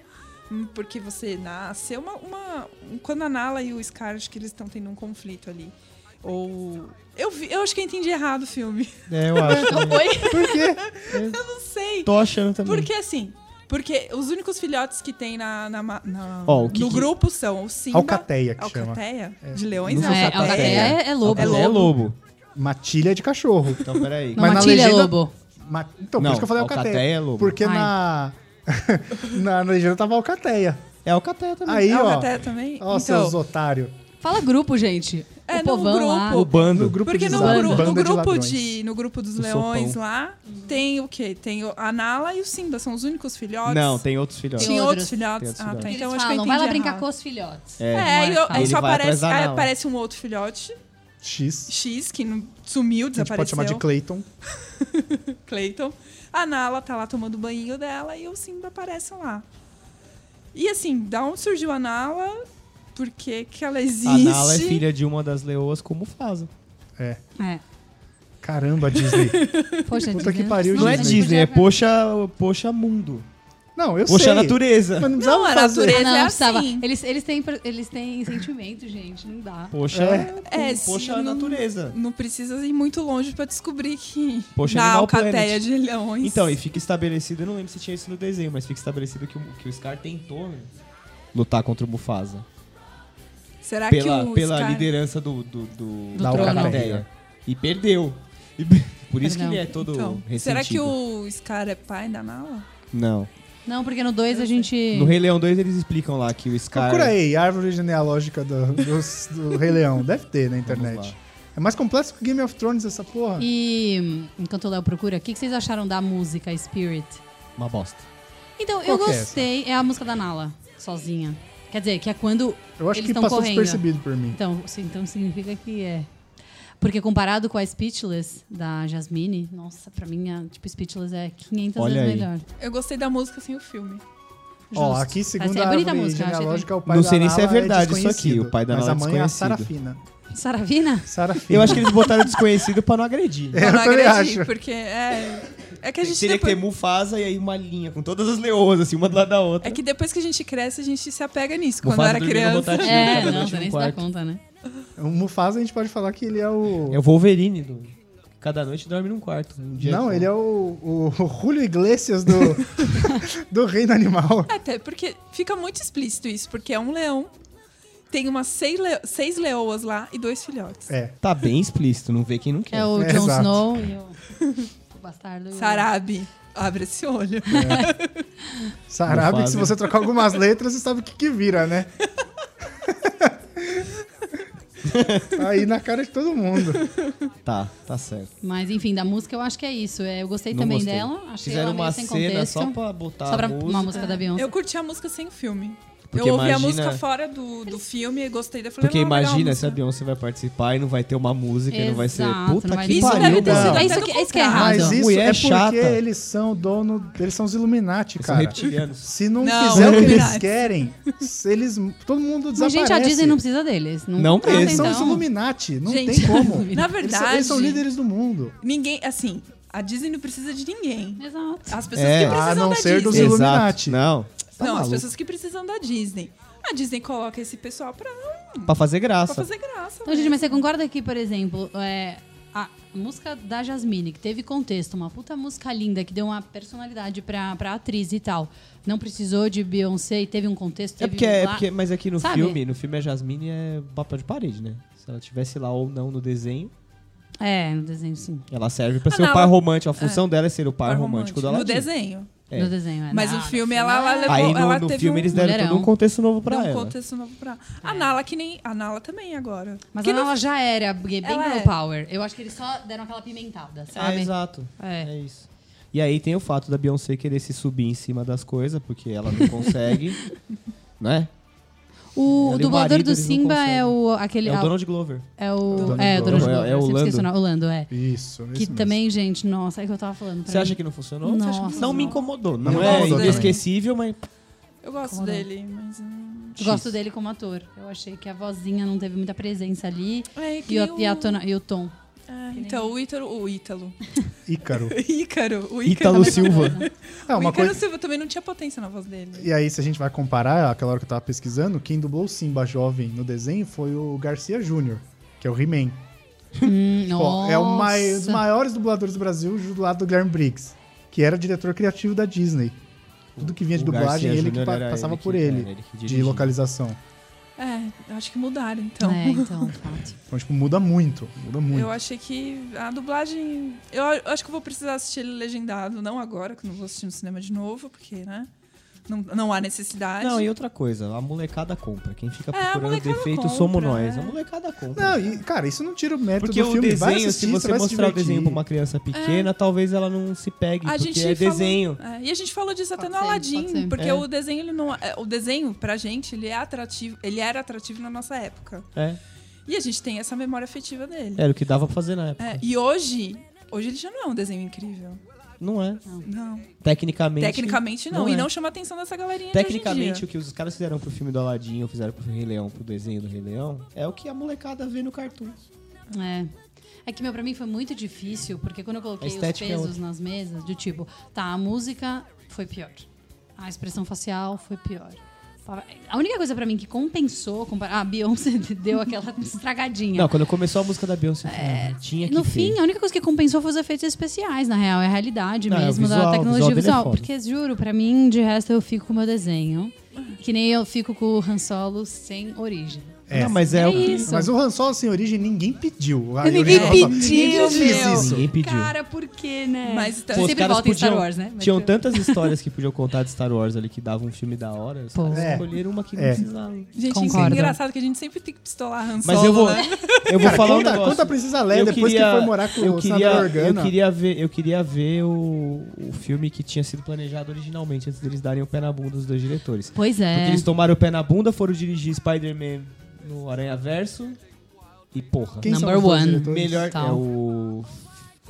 S3: hum, porque você nasceu. Uma, uma- um- quando a Nala e o Scar, acho que eles estão tendo um conflito ali. Ou. Eu, vi- eu acho que eu entendi errado o filme. [LAUGHS]
S2: é, eu acho. também.
S1: Por quê?
S3: Não sei.
S2: Tô achando também.
S3: Porque assim. Porque os únicos filhotes que tem na, na, ma- na-
S2: Ó, o que
S3: no
S2: que-
S3: grupo são o Simba.
S1: Alcateia que chama.
S3: Alcateia? De leões?
S2: Não
S3: né?
S2: sou
S4: É,
S2: sapateia.
S4: alcateia é, é [LAUGHS] lobo.
S2: Mas é lobo.
S1: Matilha é de cachorro.
S2: Então, peraí.
S4: Não,
S1: Mas na
S4: Matilha
S1: legenda-
S4: é lobo.
S1: Ma- Então, por
S2: Não,
S1: isso que eu falei alcateia.
S2: alcateia é lobo.
S1: Porque
S4: Ai.
S1: na... [LAUGHS] na legenda tava alcateia.
S2: É alcateia também.
S1: Aí,
S3: É
S1: ó.
S3: alcateia também?
S1: Ó,
S3: Então.
S1: seus otários.
S4: Fala grupo, gente.
S3: É,
S4: o
S3: não,
S4: povão
S3: grupo.
S4: lá.
S2: O bando.
S1: grupo
S3: Porque
S1: de
S3: no,
S1: ladrões.
S3: gru- no
S1: Banda de
S3: grupo
S1: ladrões.
S3: de, no grupo dos
S2: O
S3: leões
S2: sopão.
S3: lá, tem o quê? Tem o- a Nala e o Simba, são os únicos filhotes.
S2: Não, tem outros filhotes.
S3: Tinha
S4: outros.
S3: outros filhotes?
S2: Tem outros
S3: ah, tá.
S4: Eles
S3: Então acho que eu
S4: falam,
S3: entendi
S4: vai lá brincar
S3: errado.
S4: com os filhotes.
S2: É.
S3: É, aí, eu-
S4: Agora
S3: aí
S2: Ele
S3: só
S2: vai atrás
S3: aparece,
S2: da
S3: aí
S2: Nala.
S3: aparece um outro filhote,
S1: X.
S3: X, que não- sumiu,
S1: A gente
S3: desapareceu.
S1: pode chamar de Clayton.
S3: Clayton. A Nala tá lá tomando o banho dela e o Simba aparece lá. E assim, da onde surgiu a Nala? Por
S2: é
S3: que, que ela existe?
S2: A Nala é filha de uma das leoas, como Mufasa.
S1: É.
S4: É.
S1: Caramba, Disney.
S4: Poxa,
S1: Puta que
S4: Disney.
S1: pariu,
S2: Não é
S1: Disney.
S2: Disney, é poxa, poxa mundo.
S1: Não, eu
S2: Poxa
S1: sei.
S2: natureza.
S1: Mas não precisava
S3: Não, a
S1: fazer.
S3: natureza
S4: Ah, não,
S3: é
S4: precisava.
S3: assim.
S4: Eles, eles, têm, eles têm sentimento, gente. Não dá.
S2: Poxa,
S3: É, é,
S2: poxa
S3: sim, não-
S2: natureza.
S3: Não precisa ir muito longe pra descobrir que
S2: Poxa,
S3: na
S2: Animal
S3: alcateia
S2: Planet.
S3: de leões.
S2: Então, e fica estabelecido, eu não lembro se tinha isso no desenho, mas fica estabelecido que o, que o Scar tentou né, lutar contra o Mufasa.
S3: Será Ah, que
S2: pela,
S3: o
S2: pela
S3: Scar-
S2: liderança do, do, do-
S4: Do
S2: da
S4: trono.
S2: Alcateia. E perdeu. E [LAUGHS] por isso
S4: Perdão.
S2: que ele é todo
S3: Então,
S2: ressentido.
S3: será que o Scar é pai da Nala?
S2: Não.
S4: Não, porque no 2 a gente.
S2: No Rei Leão 2 eles explicam lá que o Scar... é
S1: Procura aí, árvore genealógica do, dos- do Rei Leão. Deve ter na
S2: Vamos
S1: internet.
S2: lá.
S1: É mais complexo que Game of Thrones essa porra.
S4: E hum, enquanto o Léo procura, o que que vocês acharam da música Spirit?
S2: Uma bosta.
S4: Então,
S1: Qual
S4: eu
S1: que é
S4: gostei. É, a música da Nala, sozinha. Quer dizer, que é quando.
S1: Eu acho
S4: eles
S1: que
S4: tão
S1: passou
S4: correndo.
S1: despercebido por mim.
S4: Então, sim, então significa que é. Porque comparado com a Speechless da Jasmine, nossa, pra mim, a, tipo, Speechless é 500
S2: Olha
S4: vezes
S2: aí.
S4: melhor.
S3: Eu gostei da música sem o filme.
S1: Ó,
S4: Justo.
S1: aqui, segundo
S4: Assim, é
S1: a
S4: bonita a
S1: árvore
S4: música, eu achei
S1: genealógica, o pai
S2: Não
S1: da
S2: sei nem se é
S1: Nala
S2: verdade isso aqui,
S1: desconhecido,
S2: o pai da
S1: Mas
S2: Nala
S1: a
S2: é
S1: mãe é a
S2: desconhecido.
S1: Sarafina.
S2: [LAUGHS]
S4: Saravina?
S1: Sarafina.
S2: Eu acho que eles botaram desconhecido pra não agredir.
S1: É, [LAUGHS] eu
S3: não
S1: também
S3: agredi,
S1: acho.
S3: porque é. É que a gente.
S2: Teria que
S3: depois-
S2: ter Mufasa e aí uma linha com todas as leoas, assim, uma do lado da outra.
S3: É que depois que a gente cresce, a gente se apega nisso.
S2: Mufasa
S3: Quando eu era
S2: dormindo
S3: criança. [LAUGHS]
S2: rotativo,
S4: É,
S2: cada
S4: não,
S2: noite
S4: você
S2: num
S4: nem se dá
S2: quarto.
S4: conta, né?
S1: O Mufasa a gente pode falar que ele é o...
S2: É o Wolverine. Do... Cada noite dorme num quarto. Um dia
S1: Não,
S2: só.
S1: ele é o, o [LAUGHS] Julio Iglesias do, do Reino Animal.
S3: Até porque fica muito explícito isso, porque é um leão, tem umas seis, le- seis leoas lá e dois filhotes.
S1: É.
S2: Tá bem explícito, não vê quem não quer.
S4: É o
S1: É,
S4: Jon
S1: exato.
S4: Snow e o, [LAUGHS] o bastardo. e o-
S3: Sarabi, abre esse olho.
S1: Sarabe, que se você
S2: Mufasa.
S1: trocar algumas letras, você sabe o que, que vira,
S2: [LAUGHS]
S1: né? Tá Aí na cara de todo mundo.
S2: Tá, tá certo.
S4: Mas enfim, da música eu acho que é isso. É, Eu gostei
S2: Não
S4: também
S2: gostei.
S4: dela. Achei
S2: Fizeram
S4: ela meio
S2: uma
S4: sem
S2: cena
S4: contexto.
S2: só pra botar
S4: Só pra
S2: a música.
S4: uma música da Beyoncé.
S3: Eu curti a música sem o filme.
S2: Porque
S3: eu ouvi
S2: imagina-
S3: a música fora do, do filme e gostei da falei,
S2: Porque
S3: "Não, legal a
S2: imagina se
S3: música."
S2: a Beyoncé vai participar e não vai ter uma música, e não vai ser.
S4: Exato,
S2: Puta
S4: não vai
S2: que
S4: ter.
S3: Isso
S2: pariu,
S3: deve ter sido
S2: mano.
S4: É
S3: até
S4: isso
S3: do
S4: que- é isso que é
S3: contrato.
S1: Mas
S4: errado.
S1: isso
S2: Ah, então, Mulher
S1: é porque
S2: chata.
S1: eles são dono, eles são os Illuminati,
S2: Eles são
S1: cara.
S2: reptilianos.
S1: Se não,
S3: Não,
S1: fizer o que eles
S3: Illuminati.
S1: querem, se eles, todo mundo
S4: Mas,
S1: desaparece.
S4: gente, a Disney não precisa deles. Não,
S2: Não
S4: precisa,
S1: Eles são os
S4: então. é
S1: Illuminati, não
S3: Gente,
S1: tem como.
S3: Na
S4: [LAUGHS]
S1: Eles são,
S3: verdade,
S1: eles são líderes do mundo.
S3: ninguém, assim, a Disney não precisa de ninguém.
S4: Exato.
S3: As pessoas
S2: É.
S3: que precisam
S1: A não
S3: da
S1: ser
S3: Disney.
S1: dos
S2: Exato.
S1: Illuminati.
S2: Não.
S3: não,
S2: Tá maluco.
S3: as pessoas que precisam da Disney. A Disney coloca esse pessoal pra,
S2: Pra fazer
S3: pra
S2: graça.
S3: fazer graça. né?
S4: Então, gente, mas você concorda que, por exemplo, é, a música da Jasmine, que teve contexto, uma puta música linda, que deu uma personalidade pra, pra atriz e tal, não precisou de Beyoncé e teve um contexto.
S2: É
S4: teve
S2: porque, é
S4: lá-
S2: porque, mas aqui no
S4: Sabe?
S2: filme, no filme a Jasmine é papel de parede, né? Se ela tivesse lá ou não no desenho,
S4: É, no desenho, sim.
S2: ela serve pra
S3: Ah,
S2: ser o
S3: não,
S2: par
S3: ela-
S2: romântico. A função dela é ser o par,
S3: Par
S2: romântico, do
S3: No
S2: Aladdin.
S3: desenho.
S2: É.
S4: No desenho, é.
S3: Mas
S4: Não,
S3: o
S4: no
S3: filme,
S4: filme
S3: ela, ela levou.
S2: Aí no,
S3: ela
S2: no
S3: teve
S2: filme
S3: um,
S2: eles deram
S4: mulherão.
S2: todo um contexto novo pra
S3: deu um
S2: ela.
S3: contexto novo pra. A Nala, que nem. A Nala também agora.
S4: É. Mas
S3: que
S4: ela já era bem
S3: Ela
S4: girl
S3: é.
S4: power. Eu acho que eles só deram aquela pimentada,
S2: É,
S4: sabe?
S2: exato.
S4: É.
S2: É isso. E aí tem o fato da Beyoncé querer se subir em cima das coisas, porque ela
S3: [LAUGHS]
S2: não consegue, né?
S4: O,
S2: Ela e o
S4: dublador
S2: marido,
S4: do
S2: eles não
S4: Simba
S2: conseguem.
S4: é o aquele
S2: É o
S4: ah,
S2: Donald Glover.
S4: é o
S1: Donald
S4: é,
S1: Glover.
S2: É o-
S4: Donald Glover,
S2: é o
S4: eu sempre esqueci o
S2: Lando.
S4: nome, Orlando, é.
S1: Isso, isso
S4: Que
S1: mesmo.
S4: também, gente, nossa, é o que eu tava falando. pra
S2: Você acha
S4: mim.
S2: que não funcionou?
S4: Nossa.
S2: Você acha que Não me incomodou. Não,
S1: Não
S2: é
S3: incomodou.
S2: inesquecível, mas...
S3: Eu gosto
S4: Como não?
S3: dele, mas. hum,
S4: Eu Gosto dele como ator. Eu achei que a vozinha não teve muita presença ali.
S3: É, que
S4: E, o,
S3: nem
S4: e, a
S3: o-
S4: tona- e o tom.
S3: É, então, o Ítalo. O Ítalo. [LAUGHS]
S4: [LAUGHS]
S1: Ícaro.
S3: Ícaro. O Ícaro.
S2: Ítalo Silva.
S4: Tá
S1: É,
S3: O
S1: uma
S3: Ícaro
S1: coisa...
S3: Silva também não tinha potência na voz dele.
S1: E aí, se a gente vai comparar, aquela hora que eu tava pesquisando, quem dublou o Simba jovem no desenho foi o Garcia Júnior, que é o He-Man.
S4: Hum,
S1: Pô,
S4: nossa.
S1: É um mai- dos maiores dubladores do Brasil, do lado do Guilherme Briggs, que era o diretor criativo da Disney. Tudo que vinha de
S2: O
S1: dublagem,
S2: Garcia
S1: ele que
S2: Júnior
S1: pa-
S2: era
S1: passava
S2: ele que-
S1: por
S2: é,
S1: ele,
S2: ele que
S1: de
S2: dirigia.
S1: localização.
S3: É, eu acho que mudaram, então.
S4: É, então, fato.
S1: Então, tipo, muda muito, muda muito.
S3: Eu achei que a dublagem. Eu a- eu acho que eu vou precisar assistir ele legendado, não agora, que eu não vou assistir no cinema de novo, porque, né? Não, não há necessidade.
S2: Não, e outra coisa, a molecada compra. Quem fica
S3: É, a
S2: procurando
S3: molecada
S2: defeito
S3: compra,
S2: somos nós.
S3: é.
S2: A molecada compra.
S1: Não, e, cara, isso não tira o mérito
S2: porque
S1: do
S2: o
S1: filme. vai
S2: desenho,
S1: assistir,
S2: se você
S1: vai
S2: mostrar o
S1: divertir.
S2: desenho pra uma criança pequena, talvez ela não se pegue,
S3: É. A
S2: porque
S3: gente
S2: é
S3: falou-
S2: desenho.
S3: é, e a gente falou disso até
S4: Pode
S3: no
S4: ser, pode ser.
S3: Aladdin, porque
S2: É.
S3: o desenho ele não, é, o desenho pra gente, ele é atrativo, ele era atrativo na nossa época.
S2: É,
S3: E a gente tem essa memória afetiva dele.
S2: era o que dava pra fazer na época.
S3: É, e hoje, hoje ele já não é um desenho incrível.
S2: Não é.
S3: Não.
S2: Tecnicamente.
S3: Tecnicamente não,
S2: não
S3: e
S2: é.
S3: não chama a atenção dessa galerinha de hoje em
S2: Tecnicamente,
S3: dia.
S2: o que os caras fizeram pro filme do Aladdin, ou fizeram pro Rei Leão, pro desenho do Rei Leão, é o que a molecada vê no cartoon.
S4: É. É que, meu, pra mim foi muito difícil, porque quando eu coloquei os
S6: estética é
S4: pesos nas mesas, do tipo, tá, a música foi pior. A expressão facial foi pior. A única coisa pra mim que compensou comparar. Ah, a Beyoncé [LAUGHS] deu aquela estragadinha.
S2: Não, quando começou a música da Beyoncé, eu falei,
S3: É.
S2: "Ah, tinha que
S4: No
S2: ter."
S4: fim, a única coisa que compensou foi os efeitos especiais, na real. É a realidade
S2: Não, é o
S4: mesmo
S2: visual,
S4: da
S2: o visual
S4: tecnologia
S2: dele é
S4: visual.
S2: foda.
S4: porque, juro, pra mim, de resto, eu fico com o meu desenho. Que nem eu fico com o Han Solo sem origem.
S1: É.
S2: Não, mas é,
S4: É
S2: o que
S4: isso.
S1: Mas o Han Solo sem origem ninguém pediu. A
S4: Ninguém
S1: origem do Han Solo.
S4: pediu,
S1: Ninguém fez
S4: meu.
S1: isso.
S2: ninguém pediu.
S4: Cara, por quê, né?
S3: Mas então-
S4: Você
S3: Pô,
S2: os
S4: sempre
S2: caras
S4: volta em Star
S2: podiam-
S4: Wars, né? Mas
S2: Tinham
S4: eu-
S2: tantas histórias
S4: [LAUGHS]
S2: que podiam contar de Star Wars ali, que dava um filme da hora. Os
S4: Pô.
S2: caras
S1: É.
S2: escolheram uma que não
S1: É.
S2: precisava.
S3: Gente,
S4: Concordo.
S3: é engraçado que a gente sempre tem que pistolar Han Solo,
S2: Mas eu vou,
S3: né?
S2: eu vou
S1: Cara,
S2: falar
S1: conta,
S2: um negócio.
S1: conta a Princesa Leia
S2: Eu
S1: depois
S2: queria-
S1: que foi morar com
S2: eu
S1: o
S2: queria,
S1: Senador Organa.
S2: Eu queria ver, eu queria ver o, o filme que tinha sido planejado originalmente, antes deles darem o pé na bunda dos dois diretores.
S4: Pois
S2: Porque
S4: é.
S2: eles tomaram o pé na bunda, foram dirigir Spider-Man no Aranha Verso e porra.
S1: Quem
S4: Number
S1: são os dois
S4: one.
S1: diretores?
S2: Melhor é
S4: Tal.
S2: o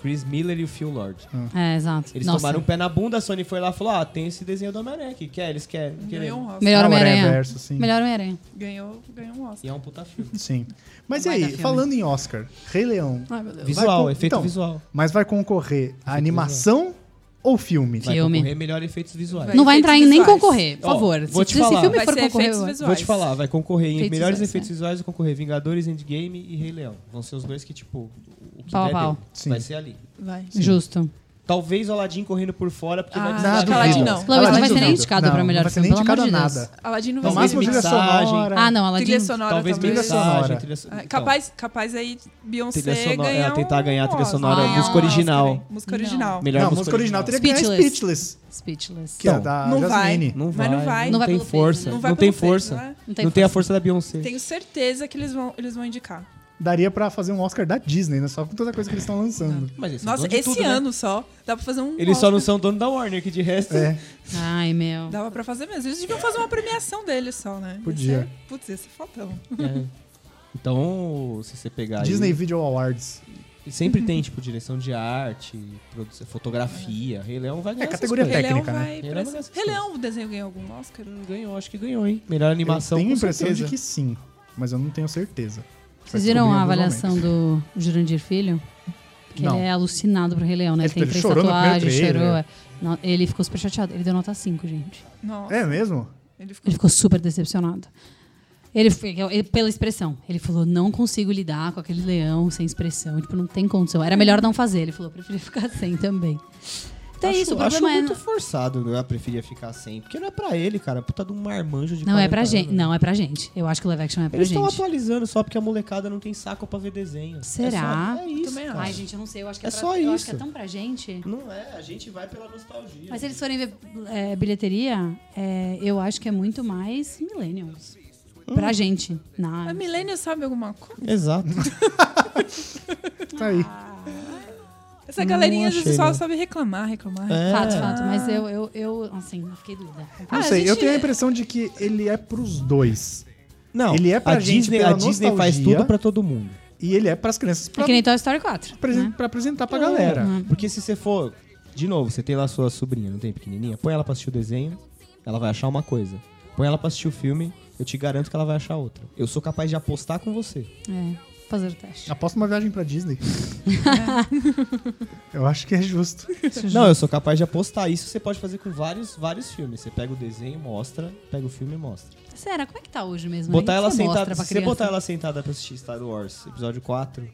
S2: Chris Miller e o Phil Lord.
S4: É, exato.
S2: Eles
S4: Nossa.
S2: tomaram um o pé na bunda, a Sony foi lá e falou: Ah, tem esse desenho do Homem-Aranha que quer, eles querem.
S3: Ganhou um
S2: querem.
S3: Oscar.
S4: Melhor
S1: Ah, o Aranha
S4: Homem-Aranha.
S1: Verso, sim.
S4: Melhor Homem-Aranha.
S3: Ganhou, ganhou um Oscar.
S2: E é um puta filme.
S1: Sim. Mas e
S4: Vai dar
S1: aí,
S4: filme. Ah,
S1: falando em Oscar, Rei Leão,
S4: Ai, meu Deus.
S2: Visual,
S1: com-
S2: efeito
S1: então,
S2: visual.
S1: mas vai concorrer a animação ou filme?
S4: Vai. Filme.
S2: Concorrer melhor efeitos visuais.
S3: Vai.
S4: Não vai entrar em
S3: efeitos
S4: nem
S3: visuais.
S4: concorrer, por
S2: Ó,
S4: favor.
S2: vou
S4: Se
S2: te
S4: se esse
S2: falar.
S4: filme
S3: Vai
S4: for
S3: ser
S4: concorrer,
S3: efeitos
S4: eu-
S3: visuais.
S2: Vou te falar, vai concorrer em
S4: Efeitos
S2: melhores
S4: visuais, é.
S2: efeitos visuais, vai concorrer Vingadores, Endgame e Rei Leão. Vão ser os dois que, tipo, o que
S4: Pau a
S2: der,
S4: pau.
S2: deu.
S1: Sim.
S2: vai ser ali.
S3: Vai.
S4: justo.
S2: Talvez o Aladdin correndo por fora, porque vai
S3: Ah,
S2: precisar
S3: nada
S2: de um
S3: Aladdin
S2: vídeo.
S3: não.
S4: Não, ele não vai ser
S1: Aladdin
S4: nem
S1: não.
S4: indicado
S1: Não,
S4: pra melhor
S1: não vai ser
S4: filme,
S1: nem
S4: pelo amor
S1: indicado
S4: de
S1: a
S4: Deus.
S1: nada.
S3: Aladino vai
S1: No
S2: Talvez
S1: máximo
S3: ser
S1: trilha
S2: mixagem.
S1: sonora.
S4: Ah, não, Aladdin.
S3: trilha sonora
S2: Talvez
S1: trilha
S2: mixagem,
S1: sonora.
S2: trilha so-
S3: Ah,
S2: então,
S3: Capaz, capaz aí Beyoncé
S2: Trilha sonora-
S3: ganhar
S2: é, tentar
S3: um
S2: ganhar a trilha
S3: Oscar.
S2: sonora,
S3: Ah,
S4: música
S3: um Oscar,
S2: original.
S3: hein? Música original.
S2: Melhor
S1: Não, a música original teria que ganhar
S4: Speechless.
S1: Speechless,
S4: Speechless.
S1: que é
S2: Então,
S1: da
S3: não vai.
S1: Jasmine.
S2: Não
S3: Mas
S2: vai,
S3: não vai.
S4: Não vai
S2: tem
S4: pelo
S2: força.
S4: peso,
S2: Não,
S4: né?
S3: Não vai
S2: tem
S3: pelo peso,
S2: força.
S3: né?
S4: Não
S2: Não,
S4: tem
S2: tem, a força da Beyoncé.
S3: Tenho certeza que eles vão, eles vão indicar.
S1: Daria pra fazer um Oscar da Disney, né? Só com toda coisa que eles estão lançando.
S2: Mas eles são
S3: Nossa,
S2: dono de
S3: esse
S2: tudo, né?
S3: ano só. Dá pra fazer um.
S2: Eles só não
S3: Oscar.
S2: são dono da Warner, que de resto.
S1: É,
S4: Ai, meu.
S3: Dava pra fazer mesmo. Eles deviam fazer uma premiação deles só, né? Ia
S1: Podia.
S3: ser- Putz, ia ser fodão.
S2: É. Então, se você pegar. aí-
S1: É. Disney Video Awards.
S2: E sempre tem, tipo, direção de arte, produ- fotografia. Rei Leão vai ganhar. essas
S1: categoria
S2: coisas.
S1: técnica.
S3: Rei
S1: né?
S3: Leão vai.
S2: É, Rei
S3: pra
S2: Leão vai
S3: esse-
S2: ganhar
S3: Rei Leão, o desenho ganhou algum Oscar?
S2: Hum, Ganhou, acho que ganhou, hein? Melhor animação.
S1: eu tenho a
S2: com
S1: impressão
S2: certeza.
S1: de que sim, mas eu não tenho certeza. Vai
S4: Vocês viram
S1: descobrir em
S4: a
S1: algum
S4: avaliação
S1: momento.
S4: do Jurandir Filho? Que
S1: Não.
S4: ele é alucinado pro Rei Leão, né?
S1: Ele-
S4: Ele tem
S1: ele
S4: três
S1: chorou no primeiro
S4: tatuagens,
S1: trailer.
S4: chorou. é. Não, ele ficou super chateado. Ele deu nota 5, gente.
S3: Nossa.
S1: É mesmo?
S3: Ele ficou.
S4: Ele ficou super decepcionado. Ele, foi- é ele- pela expressão, ele falou: não consigo lidar com aquele leão sem expressão. Tipo, não tem condição. Era melhor não fazer. Ele falou: preferi [LAUGHS] ficar sem também. Então é
S2: acho,
S4: isso, o
S2: acho
S4: problema é.
S2: muito forçado, né? eu preferia ficar sem. Porque não é pra ele, cara. Puta de um marmanjo de
S4: Não é pra
S2: 40
S4: gente.
S2: anos.
S4: Não é pra gente. Eu acho que o live action é pra
S2: Eles estão
S4: gente.
S2: atualizando só porque a molecada não tem saco pra ver desenho. É
S4: Será?
S2: só- É, isso,
S3: Também
S2: cara.
S4: Ai, gente, eu não sei. Eu acho que é,
S2: É
S4: pra-
S2: só
S4: Eu acho que é
S2: isso.
S4: tão pra gente.
S2: Não é, a gente vai pela nostalgia.
S4: Mas se eles forem ver é, bilheteria, é, eu acho que é muito mais Millennials.
S2: Hum.
S4: Pra gente. Na...
S2: É
S3: A É Milênio sabe alguma coisa?
S2: Exato.
S1: Tá aí.
S4: Ah,
S3: Essa galerinha
S2: achei,
S3: só
S2: não.
S3: sabe reclamar, reclamar.
S2: É.
S4: Fato, fato. Mas eu, eu, eu assim, não fiquei dúvida.
S1: Não
S3: Ah, a
S1: sei, eu
S3: gente-
S1: tenho a impressão de que ele é pros dois.
S2: Não,
S1: Ele é pra
S2: a
S1: gente
S2: Disney,
S1: pela
S2: a Disney faz
S1: nostalgia.
S2: tudo pra todo mundo.
S1: E ele é pras crianças
S4: É
S1: pra,
S4: que nem Toy Story 4.
S1: apresen-
S4: né? Uhum.
S1: pra apresentar pra
S2: É,
S1: galera.
S2: Porque se você for. De novo, você tem lá sua sobrinha, não tem pequenininha? Põe ela pra assistir o desenho, ela vai achar uma coisa. Põe ela pra assistir o filme, eu te garanto que ela vai achar outra. Eu sou capaz de apostar com você.
S4: É, fazer o teste.
S1: Aposto uma viagem pra
S4: [LAUGHS]
S1: Disney. eu acho que é justo.
S2: Não, eu sou capaz de apostar. Isso você pode fazer com vários, vários filmes. Você pega o desenho, mostra, pega o filme e mostra.
S4: Será? Como é que tá hoje mesmo?
S2: Botar
S4: Aí
S2: ela
S4: você mostra
S2: sentada,
S4: pra
S2: se você botar
S4: criança.
S2: ela sentada pra assistir Star Wars, episódio 4,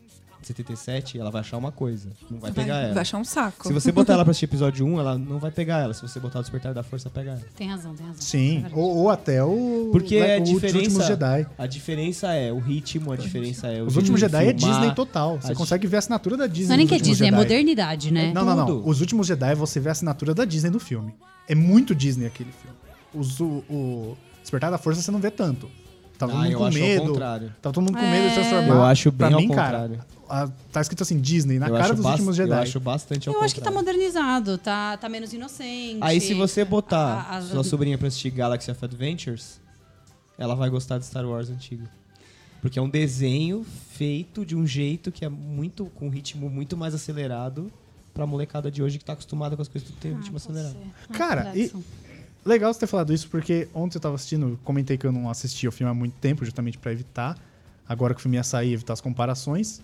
S2: 77, ela vai achar uma coisa. Não vai pegar
S3: vai,
S2: ela.
S3: vai achar um saco.
S2: Se você
S4: [LAUGHS]
S2: botar ela pra assistir episódio 1, ela não vai pegar ela. Se você botar o Despertar da Força, pega ela.
S4: Tem razão, tem razão. É
S1: Sim.
S4: verdade.
S1: Ou, ou até o.
S2: Porque
S1: o,
S2: é a
S1: o
S2: diferença.
S1: Últimos Jedi.
S2: A diferença é o ritmo, a diferença é o
S1: Os
S2: jeito
S1: Últimos
S2: de
S1: Jedi é
S2: filmar.
S1: Disney total. Você
S2: a-
S1: consegue ver a assinatura da Disney.
S4: Não é nem
S1: nos
S4: que é
S1: Últimos
S4: Disney, é
S1: Jedi.
S4: modernidade, né?
S1: Não, não, não.
S2: Tudo.
S1: Os Últimos Jedi você vê a assinatura da Disney no filme. É muito Disney aquele filme. Os- o, o Despertar da Força você não vê tanto. Tá todo
S2: Ah,
S1: mundo
S2: eu
S1: com
S2: acho ao
S1: medo.
S2: contrário.
S1: Tá todo mundo com medo de se transformar.
S2: Eu acho bem
S1: pra
S2: ao
S1: mim,
S2: contrário.
S1: Cara, a- tá escrito assim, Disney, na
S2: Eu
S1: cara
S2: acho
S1: dos
S2: bas-
S1: últimos
S2: Eu
S1: Jedi.
S2: acho bastante ao
S4: Eu acho que tá
S2: contrário.
S4: modernizado, tá, tá menos inocente.
S2: Aí se você botar
S4: A- a-
S2: sua sobrinha pra assistir Galaxy of Adventures, ela vai gostar de Star Wars antigo. Porque é um desenho feito de um jeito que é muito com um ritmo muito mais acelerado pra molecada de hoje que tá acostumada com as coisas do
S4: Ah,
S2: ter ritmo acelerado.
S1: Cara, e- Legal você ter falado isso, porque ontem eu tava assistindo, comentei que eu não assisti o filme há muito tempo, justamente pra evitar. Agora que o filme ia sair, evitar as comparações.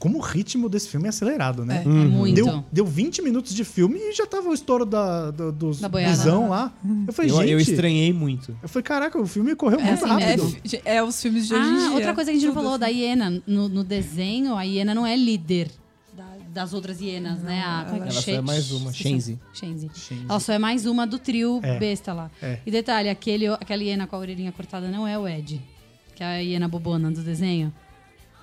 S1: como o ritmo desse filme é acelerado, né?
S4: É, é muito.
S1: Deu, deu 20 minutos de filme e já tava o estouro da, do, dos
S4: Da boiada. né?
S1: visão lá. Eu falei,
S2: Uhum. Eu,
S1: gente.
S2: eu
S1: Eu,
S2: estranhei muito.
S1: falei, caraca, o filme correu muito
S4: assim,
S1: rápido.
S3: É, é os filmes de hoje em
S4: Ah,
S3: dia.
S4: outra coisa que a gente não
S3: Tudo
S4: falou da
S3: assim.
S4: hiena. No, no desenho, a hiena não é líder da- das outras hienas, né? A,
S3: ela-
S4: como que
S2: Ela só
S4: Shen-
S2: é mais uma,
S4: esqueci.
S2: Shenzi.
S4: Shenzi.
S1: Shenzi.
S4: Ela só é mais uma do trio
S1: É.
S4: besta lá.
S1: É.
S4: E detalhe, aquele, aquela hiena com a orelhinha cortada não é o Ed, que é a hiena bobona do desenho.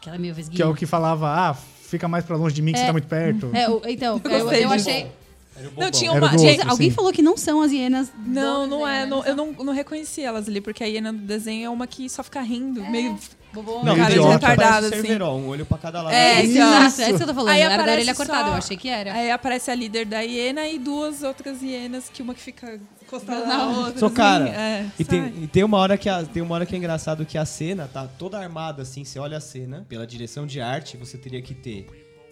S4: Que ela é meio vesguinha.
S1: Que é o que falava, ah, fica mais pra longe de mim que você tá muito perto.
S4: É, o- então,
S3: Eu
S4: eu,
S3: gostei
S4: eu
S3: disso.
S4: achei.
S3: Não, tinha
S1: Era
S3: uma.
S1: do
S3: Gente,
S1: outro.
S4: Alguém
S1: Sim.
S4: falou que não são as hienas. do
S3: não, não
S4: desenho,
S3: é.
S4: né?
S3: não- eu não, não reconheci elas ali, porque a hiena do desenho é uma que só fica rindo,
S4: É.
S3: meio
S4: Bobona.
S1: Não,
S3: cara de
S1: idiota.
S3: retardado,
S2: Parece
S3: assim.
S2: Cerveró, um olho pra cada lado.
S4: É,
S1: Isso.
S4: exato, é isso que eu tô falando.
S3: então. Aí
S4: era da
S3: aparece
S4: orelha cortada,
S3: só-
S4: eu achei que era.
S3: Aí aparece a líder da hiena e duas outras hienas, que uma que fica encostada na outra.
S2: Sou cara.
S3: assim, é,
S2: E
S3: sabe?
S2: tem, e tem uma hora que a- tem uma hora que é engraçado que a cena tá toda armada assim, você olha a cena, pela direção de arte você teria que ter.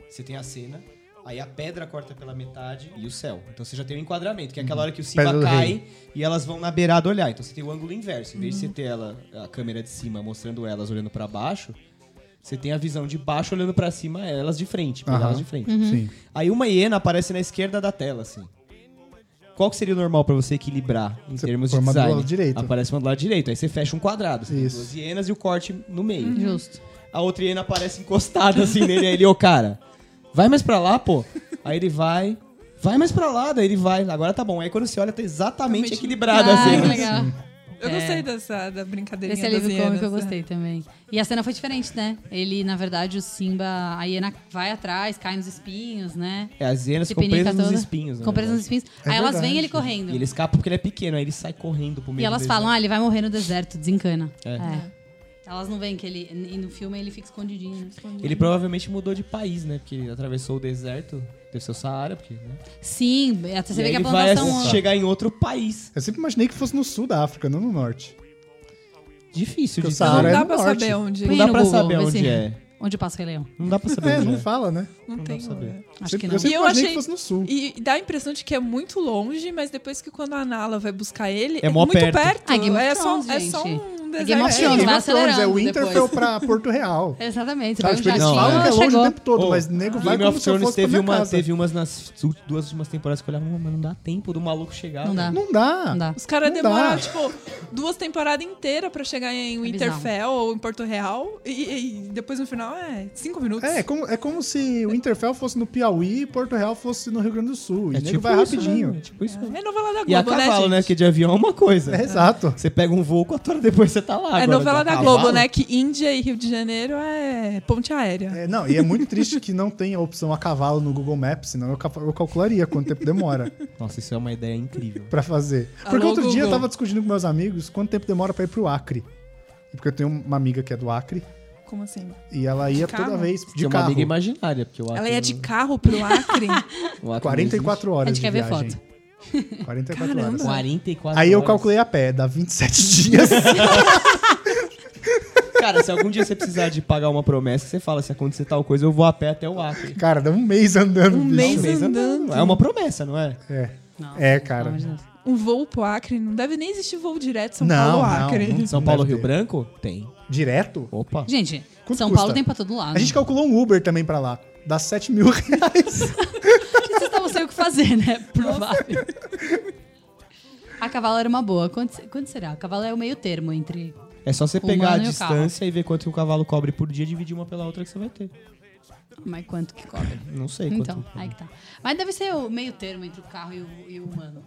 S2: Você tem a cena, aí a pedra corta pela metade e o céu. Então você já tem o enquadramento, que é aquela hora que o
S1: Uhum. Pedra
S2: Simba
S1: do
S2: cai e elas vão na beirada olhar. Então você tem o ângulo inverso, em vez de você ter ela a câmera de cima mostrando elas olhando pra baixo, você tem a visão de baixo olhando pra cima, elas de frente, pegar
S1: Aham.
S2: elas de frente.
S4: uhum.
S1: Sim.
S2: Aí uma hiena aparece na esquerda da tela, assim. Qual que seria o normal pra você equilibrar em
S1: Você
S2: termos
S1: põe
S2: de
S1: uma do
S2: design?
S1: lado direito.
S2: Aparece uma do lado direito, aí você fecha um quadrado. Você tem
S1: Isso.
S2: duas hienas e o corte no meio.
S4: Uhum. Justo.
S2: A outra hiena aparece encostada assim nele, aí ele, ô cara, vai mais pra lá, pô. Aí ele vai, vai mais pra lá, daí ele vai. Agora tá bom. Aí quando você olha, tá exatamente
S3: Realmente.
S2: equilibrada
S4: ah,
S2: assim.
S4: que legal.
S3: Eu gostei dessa da
S4: É. Esse
S3: brincadeirinha das
S4: alívio
S3: hienas. né?
S4: cômico eu gostei também. E a cena foi diferente, né? Ele, na verdade, o Simba, a hiena vai atrás, cai nos espinhos, né?
S2: É, as hienas
S4: Se
S2: ficam
S4: pinica
S2: presas nos
S4: toda.
S2: espinhos. na
S4: Com presas nos
S2: verdade.
S4: espinhos.
S1: É
S4: aí elas
S1: verdade.
S4: veem ele correndo.
S2: E ele escapa porque ele é pequeno, aí ele sai correndo pro meio
S4: E elas
S2: do
S4: falam, ah, ele vai morrer no deserto, desencana.
S2: É.
S4: É. Elas não veem que ele. E no filme ele fica escondidinho. né?
S2: Ele provavelmente mudou de país, né? Porque ele atravessou o deserto, deve ser o Saara, porque. Né?
S4: Sim, até você
S2: E
S4: vê
S2: aí
S4: que a
S2: ele vai assim,
S4: plantação. é-
S2: chegar em outro país.
S1: Eu sempre imaginei que fosse no sul da África, não no norte.
S2: Difícil
S1: Porque o
S2: de
S3: Não
S1: Saara
S2: saber.
S1: é
S3: dá
S1: no
S3: pra
S1: norte.
S3: saber onde.
S4: Põe
S2: Não
S4: aí
S2: dá
S4: no
S2: pra
S4: Google,
S2: saber
S4: vai
S2: onde
S4: ser.
S2: é.
S4: Onde passa o Rei Leão?
S2: Não dá pra saber
S1: É,
S2: onde
S1: não
S2: [LAUGHS] é.
S1: fala, né?
S3: Não tem.
S2: saber.
S4: Acho
S1: Sempre-
S4: que não.
S1: Eu sempre
S3: E eu
S1: imaginei
S3: achei-
S1: que fosse no sul.
S3: E dá a impressão de que é muito longe, mas depois que quando a Nala vai buscar ele,
S2: É mó
S3: muito
S2: perto.
S4: Ah, Game of
S3: é, só,
S4: Thrones,
S3: é só
S4: gente.
S3: um
S4: É
S3: deserto.
S4: Game of
S1: É,
S4: Thrones,
S1: Game
S4: vai
S1: of Thrones, é
S4: acelerando
S1: o Winterfell
S4: depois.
S1: pra Porto Real. [LAUGHS]
S4: Exatamente.
S1: Sabe,
S4: Você
S1: tipo,
S4: vai
S1: eles
S4: um
S2: Não,
S1: falam
S4: jatinho,
S1: que é longe
S4: chegou.
S1: o tempo todo,
S2: Ô,
S1: mas o nego vai
S2: Game
S1: como
S2: of
S1: se eu
S2: Thrones
S1: fosse pra
S2: teve,
S1: minha
S2: uma,
S1: casa.
S2: teve umas nas su- duas últimas temporadas que eu olhava, "Não, mas não dá tempo do maluco chegar. né?"
S4: Não
S1: Não
S2: velho."
S4: dá.
S1: dá.
S4: Não dá.
S3: Os caras
S1: Não
S3: demoraram,
S1: dá.
S3: tipo, duas temporadas inteiras pra chegar
S4: É
S3: em Winterfell ou em Porto Real. E, e depois no final é cinco minutos.
S1: É, é como, é como se o Interfell fosse no Piauí e Porto Real fosse no Rio Grande do Sul. E
S2: É
S1: o nego
S2: tipo
S1: vai
S2: isso,
S1: rapidinho.
S2: né? É tipo isso mesmo.
S3: É novela da Globo,
S2: E a cavalo,
S3: gente?
S2: né? Porque de avião é uma coisa.
S1: É, exato.
S2: Você pega um voo, quatro horas depois você tá lá.
S3: É
S2: Agora,
S3: novela
S2: a
S3: da
S2: cavalo?
S3: Globo, né? Que Índia e Rio de Janeiro é ponte aérea.
S1: É, não, e é muito triste que não tenha a opção a cavalo no Google Maps, senão eu, cal- eu calcularia quanto tempo demora [LAUGHS]
S2: Nossa, isso é uma ideia incrível.
S1: pra fazer. Porque
S3: Alô,
S1: outro dia eu
S3: Google.
S1: tava discutindo com meus amigos quanto tempo demora pra ir pro Acre. Porque eu tenho uma amiga que é do Acre
S3: Como assim?
S1: e ela ia toda
S3: carro?
S1: vez
S2: Tem
S1: de
S2: uma
S1: carro.
S2: amiga imaginária, porque o
S3: Ela
S2: Acre
S3: ia de
S2: não-
S3: carro pro Acre?
S2: o Acre não
S1: 44
S4: A
S1: horas
S4: gente
S1: de
S4: quer ver
S1: viagem.
S4: foto.
S1: 44
S2: existe.
S1: horas.
S2: 44
S1: Aí eu
S2: horas.
S1: calculei a pé, dá 27 [LAUGHS] dias.
S2: Cara, se algum dia você precisar de pagar uma promessa, você fala, se acontecer tal coisa, eu vou a pé até o Acre.
S1: Cara, dá um mês andando.
S3: Um
S1: bicho.
S4: Tá
S3: mês
S2: Mês
S3: andando.
S2: andando. É uma promessa, não é?
S1: É.
S4: Não,
S1: É, cara.
S4: pelo amor de Deus.
S3: Um voo pro Acre? Não deve nem existir voo direto São
S1: Não,
S3: Paulo
S1: não,
S3: Acre.
S1: não.
S2: São Paulo,
S1: Deve
S2: Rio
S1: ter.
S2: Branco? Tem.
S1: Direto?
S2: Opa.
S4: Gente,
S1: Quanto
S4: São
S1: custa?
S4: Paulo tem pra todo lado.
S1: A gente calculou um Uber também pra lá. Dá 7 mil [LAUGHS] reais.
S4: Vocês estavam sem o que fazer, né? Provável. A cavalo era uma boa. Quanto, se- quanto será? A cavalo é o meio termo entre.
S2: É só você
S4: O
S2: pegar a
S4: humano e o
S2: distância e ver quanto que o cavalo cobre por dia e dividir uma pela outra que você vai ter.
S4: Mas quanto que cobra?
S2: Não sei quanto.
S4: Então, aí que tá. Mas deve ser o meio termo entre o carro e o, e o humano.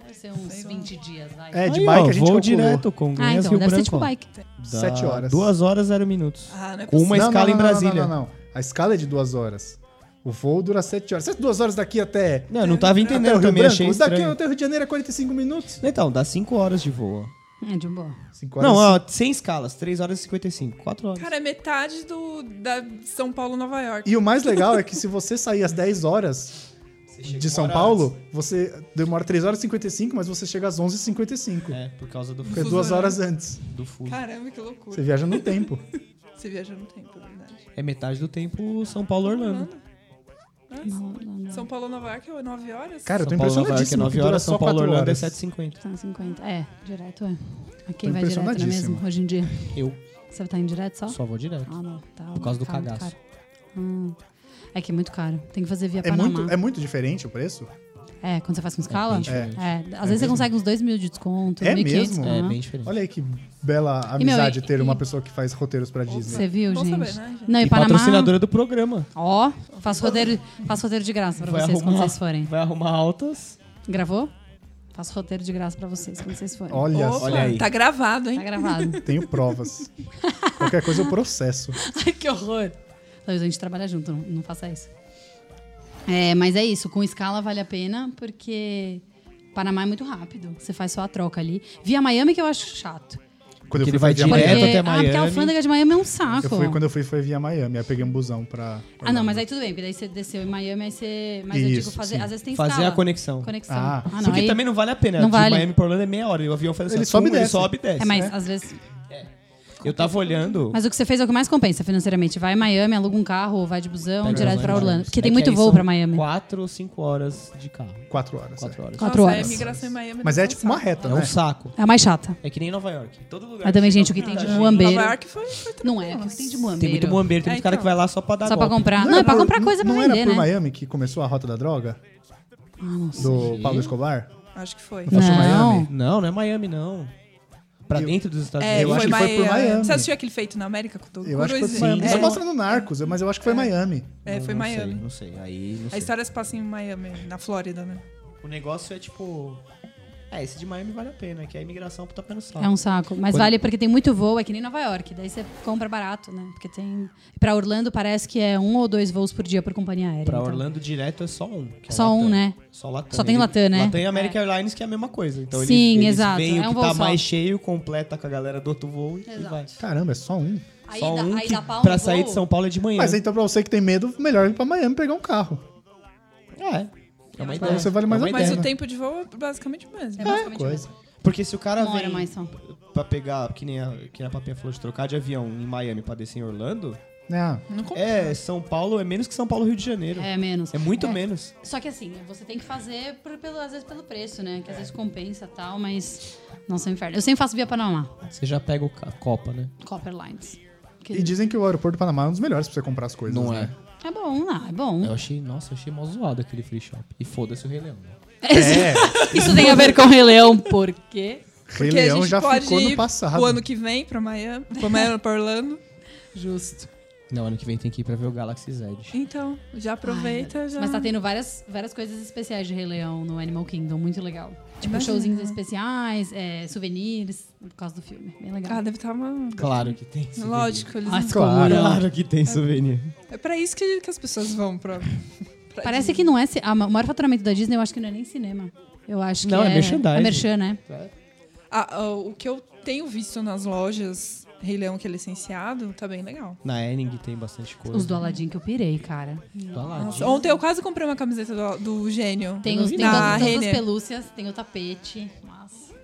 S4: Deve ser uns 20 dias, vai.
S1: É, de
S2: Aí,
S1: bike
S2: ó,
S1: a gente
S2: voo
S1: calculou.
S2: direto com
S4: ah,
S2: Goiás,
S4: então,
S2: Rio
S4: deve ser
S2: um Branco,
S4: tipo
S2: ó.
S4: bike.
S2: Dá
S1: 7 horas.
S2: 2 horas, 0 minutos.
S3: Ah, não é
S2: com uma
S1: Não, não,
S2: escala
S1: não,
S2: em
S1: não,
S2: Brasília.
S1: Não, não, não, A escala é de duas horas. O voo dura 7 horas. 7 duas horas daqui até,
S2: Não, eu não tava
S1: até
S2: entendendo
S1: o Rio
S2: também, achei
S1: Branco. Daqui
S2: estranho.
S1: até o Rio de Janeiro é 45 minutos.
S2: Então, dá 5 horas de voo. ó.
S4: 7 É de boa.
S1: 5 horas.
S2: Não, ó, sem escalas, 3 horas e 55, 4 horas.
S3: Cara, é metade do da São Paulo, Nova York.
S1: E o mais legal é que se você sair às 10 horas de São Paulo, você demora 3 horas e 55, mas você chega às 11h55.
S2: É, né? por causa do,
S1: Porque é
S3: Fuso
S1: duas
S3: horário.
S1: horas antes.
S2: do fuso.
S3: Caramba, que loucura.
S1: Você viaja no
S4: [LAUGHS]
S1: tempo.
S3: Você viaja no tempo, na verdade.
S2: É metade do tempo São Paulo-Orlando.
S3: São Paulo, Nova York é 9 horas?
S1: Cara, eu tô
S2: São Paulo, Nova York é
S1: impressionadíssimo.
S2: 9
S1: que dura
S2: horas,
S1: só
S2: São Paulo,
S1: quatro
S2: Orlando é
S1: horas.
S2: 7,50.
S4: São 50. É, direto é. A quem
S1: Tô
S4: vai direto, não é mesmo?
S1: impressionadíssimo.
S4: Hoje em dia.
S2: Eu
S4: Você tá indo direto só?
S2: só vou direto.
S4: Ah, não. Tá
S2: Por causa do
S4: tá muito
S2: cagaço.
S4: caro. É que é muito caro. Tem que fazer via
S1: É
S4: Panamá.
S1: muito, é muito diferente o preço?
S4: É, quando você faz com escala?
S2: bem
S1: diferente.
S4: É, às vezes você consegue uns 2 mil né? de desconto,
S1: É
S4: 1.500.
S1: mesmo?
S2: É
S4: aham.
S2: bem diferente.
S1: Olha aí que bela
S4: E, meu,
S1: amizade
S4: e-
S1: ter uma
S4: e-
S1: pessoa que faz roteiros pra Disney.
S4: Você viu,
S3: Bom
S4: gente?
S3: saber, né, gente?
S4: Não, e,
S2: E
S4: Panamá...
S2: patrocinadora do programa.
S4: Ó, faço roteiro, faço roteiro de graça pra
S2: Vai
S4: vocês quando
S2: arrumar.
S4: vocês forem.
S2: Vai arrumar altas.
S4: Gravou? Faço roteiro de graça pra vocês quando vocês forem.
S1: Olha
S3: Opa,
S1: só,
S2: olha aí.
S3: Tá gravado, hein?
S1: [LAUGHS]
S4: Tá gravado.
S1: tenho provas. Qualquer coisa eu processo.
S4: Ai, que horror. Talvez a gente trabalha junto, não, não faça isso. É, mas é isso, com escala vale a pena, porque Panamá é muito rápido. Você faz só a troca ali. Via Miami que eu acho
S1: Quando
S4: chato.
S1: eu
S2: Porque
S1: fui
S2: ele vai
S1: via
S2: direto
S1: Miami,
S2: até
S4: ah, porque a
S2: Miami.
S4: alfândega de Miami é um saco.
S1: Eu fui quando eu fui foi via Miami, aí peguei um busão pra.
S4: Ah, não, mas aí tudo bem, porque daí você desceu em Miami, aí você. Mas eu
S1: Isso,
S4: digo, fazer,
S1: sim.
S4: às vezes tem
S2: Fazer
S4: escala.
S2: a conexão.
S4: Conexão.
S1: Ah,
S4: Ah, não.
S2: Porque
S4: aí-
S2: também não vale a pena.
S4: Não
S2: de
S4: vale.
S2: Miami pra Orlando é meia hora. E o avião faz
S1: Ele
S2: assim,
S1: sobe e
S2: pum, ele
S1: desce.
S2: sobe e desce. né?
S4: É, mas às vezes.
S2: Eu tava olhando.
S4: Mas o que você fez é o que mais compensa financeiramente. Vai em Miami, aluga um carro, ou vai de busão,
S2: Pega
S4: direto
S2: Orlando,
S4: pra Orlando. Porque
S2: É
S4: tem
S2: que
S4: muito
S2: aí
S4: voo
S2: são
S4: pra Miami.
S2: Quatro ou cinco horas de carro.
S1: Quatro horas.
S2: Quatro
S1: é.
S2: horas.
S4: Quatro
S3: Nossa,
S4: horas.
S3: A imigração em Miami
S1: Mas é
S3: deve
S1: tipo
S3: ser um
S1: uma
S3: saco.
S1: reta,
S2: É
S1: né?
S2: um saco.
S4: É a mais chata.
S2: É que nem Nova York. Todo lugar.
S4: Mas também,
S2: que
S4: gente, o
S2: chega
S4: que tem de
S2: alguém-
S4: muambeiro.
S3: Nova York foi, foi
S4: Não é, o que tem de muambeiro.
S2: Tem muito muambeiro. Tem
S3: É,
S2: muito cara
S3: então.
S2: que vai lá só pra dar
S4: Só pra
S2: golpe.
S4: comprar. Não,
S1: era
S4: é pra
S1: por-
S4: comprar coisa pra
S1: não
S4: vender,
S1: era por
S4: né? Ah,
S1: Miami que começou a rota da droga? Do Pablo Escobar?
S3: Acho que foi.
S1: Não faço Miami.
S4: Não.
S2: Não, não é Miami, não. Pra
S1: Eu-
S2: dentro dos Estados
S3: É,
S2: Unidos.
S1: Eu acho
S3: foi
S1: que foi por Miami.
S3: Você assistiu aquele feito na América com o Tom
S1: Eu acho que foi
S3: Cruise?
S1: por Miami.
S2: Sim.
S1: Só
S3: É.
S1: mostra no Narcos, mas eu acho que foi Miami.
S3: É, foi
S2: não
S3: Miami.
S2: Sei, não sei. Aí, não
S3: A
S2: sei.
S3: história se passa em Miami, na Flórida, né?
S2: O negócio é tipo. É, esse de Miami vale a pena, que a imigração é um puta pé no saco.
S4: É um saco. Mas
S2: Quando-
S4: vale porque tem muito voo, é que nem Nova York. Daí você compra barato, né? Porque tem. Pra Orlando parece que é um ou dois voos por dia por companhia aérea.
S2: Pra
S4: então.
S2: Orlando direto é só um. que é
S4: Só
S2: Latam.
S4: um, né?
S2: Só Latam.
S4: Só tem Latam, né?
S2: Latam e American Airlines, que é a mesma coisa. Então eles-
S4: Sim,
S2: eles,
S4: exato.
S2: veem
S4: É
S2: o que
S4: um voo
S2: tá
S4: só.
S2: mais cheio, completa com a galera do outro voo e- e
S4: Exato.
S2: vai. Tá,
S1: Caramba, é só um.
S4: Aí,
S2: só
S4: dá,
S2: um
S4: aí
S2: que
S4: dá pau no
S2: pra sair
S4: voo?
S2: de São Paulo é de manhã.
S1: Mas então pra você que tem medo, melhor ir pra Miami pegar um carro.
S2: É. É uma ideia.
S1: Então você vale mais
S2: é
S1: a
S2: uma
S3: Mas
S1: pena.
S2: ideia.
S3: o tempo de voo é basicamente o mesmo.
S4: É basicamente
S1: Coisa.
S2: Porque se o cara
S4: Uma hora
S2: vem
S4: mais só.
S2: pra pegar, que nem a, que nem a papinha falou de trocar de avião em Miami pra descer em Orlando,
S1: Ah,
S3: Não compra.
S2: é São Paulo, é menos que São Paulo Rio de Janeiro.
S4: É menos.
S2: É muito
S4: É.
S2: menos.
S4: Só que assim, você tem que fazer, por- pelo, às vezes, pelo preço, né? Que às vezes compensa e tal, mas não são inferno. Eu sempre faço via Panamá,
S2: Você já pega o ca- Copa, né?
S4: Copper Lines. Que
S1: e dizem que o aeroporto do Panamá é um dos melhores pra você comprar as coisas.
S2: Não
S1: né?
S4: É bom lá, é bom.
S2: Eu achei, nossa, eu achei mó zoado aquele free shop. E foda-se o Rei Leão. né?
S4: [LAUGHS] Isso tem a ver com o Rei Leão, por quê?
S1: Rei
S3: Porque a
S1: Leão
S3: gente
S1: já
S3: pode
S1: ficou
S3: ir
S1: no passado.
S3: o ano que vem pra Miami, pra, Miami, pra
S2: [LAUGHS]
S3: Orlando.
S4: Justo.
S2: Não, ano que vem tem que ir pra ver o Galaxy Z.
S3: Então, já aproveita. já...
S4: Mas tá tendo várias, várias coisas especiais de Rei Leão no Animal Kingdom, muito legal. Tipo,
S3: Imagina.
S4: showzinhos especiais, é, souvenirs, por causa do filme. Bem legal.
S3: Ah, deve estar uma...
S2: Claro que tem. souvenir.
S3: Lógico, eles...
S4: Mas
S1: Claro.
S4: como não?
S2: Claro que tem souvenir.
S3: É pra isso que, que as pessoas vão pra... pra
S4: Parece
S3: Disney.
S4: que não é. ci- ah, O maior faturamento da Disney eu acho que não é nem cinema. Eu acho que
S2: Não, é
S4: é
S2: merchandising.
S4: É merchan, né?
S3: Ah, ah, o que eu tenho visto nas lojas Rei Leão que é licenciado, tá bem legal.
S2: Na Enning tem bastante coisa. Tá
S4: Os do Aladdin que eu pirei, cara.
S2: Do Aladdin.
S3: Nossa, ontem eu quase comprei uma camiseta do, do Gênio.
S4: Tem, os, tem
S3: Na
S4: todas, todas as
S3: Renner.
S4: pelúcias, tem o tapete. Nossa.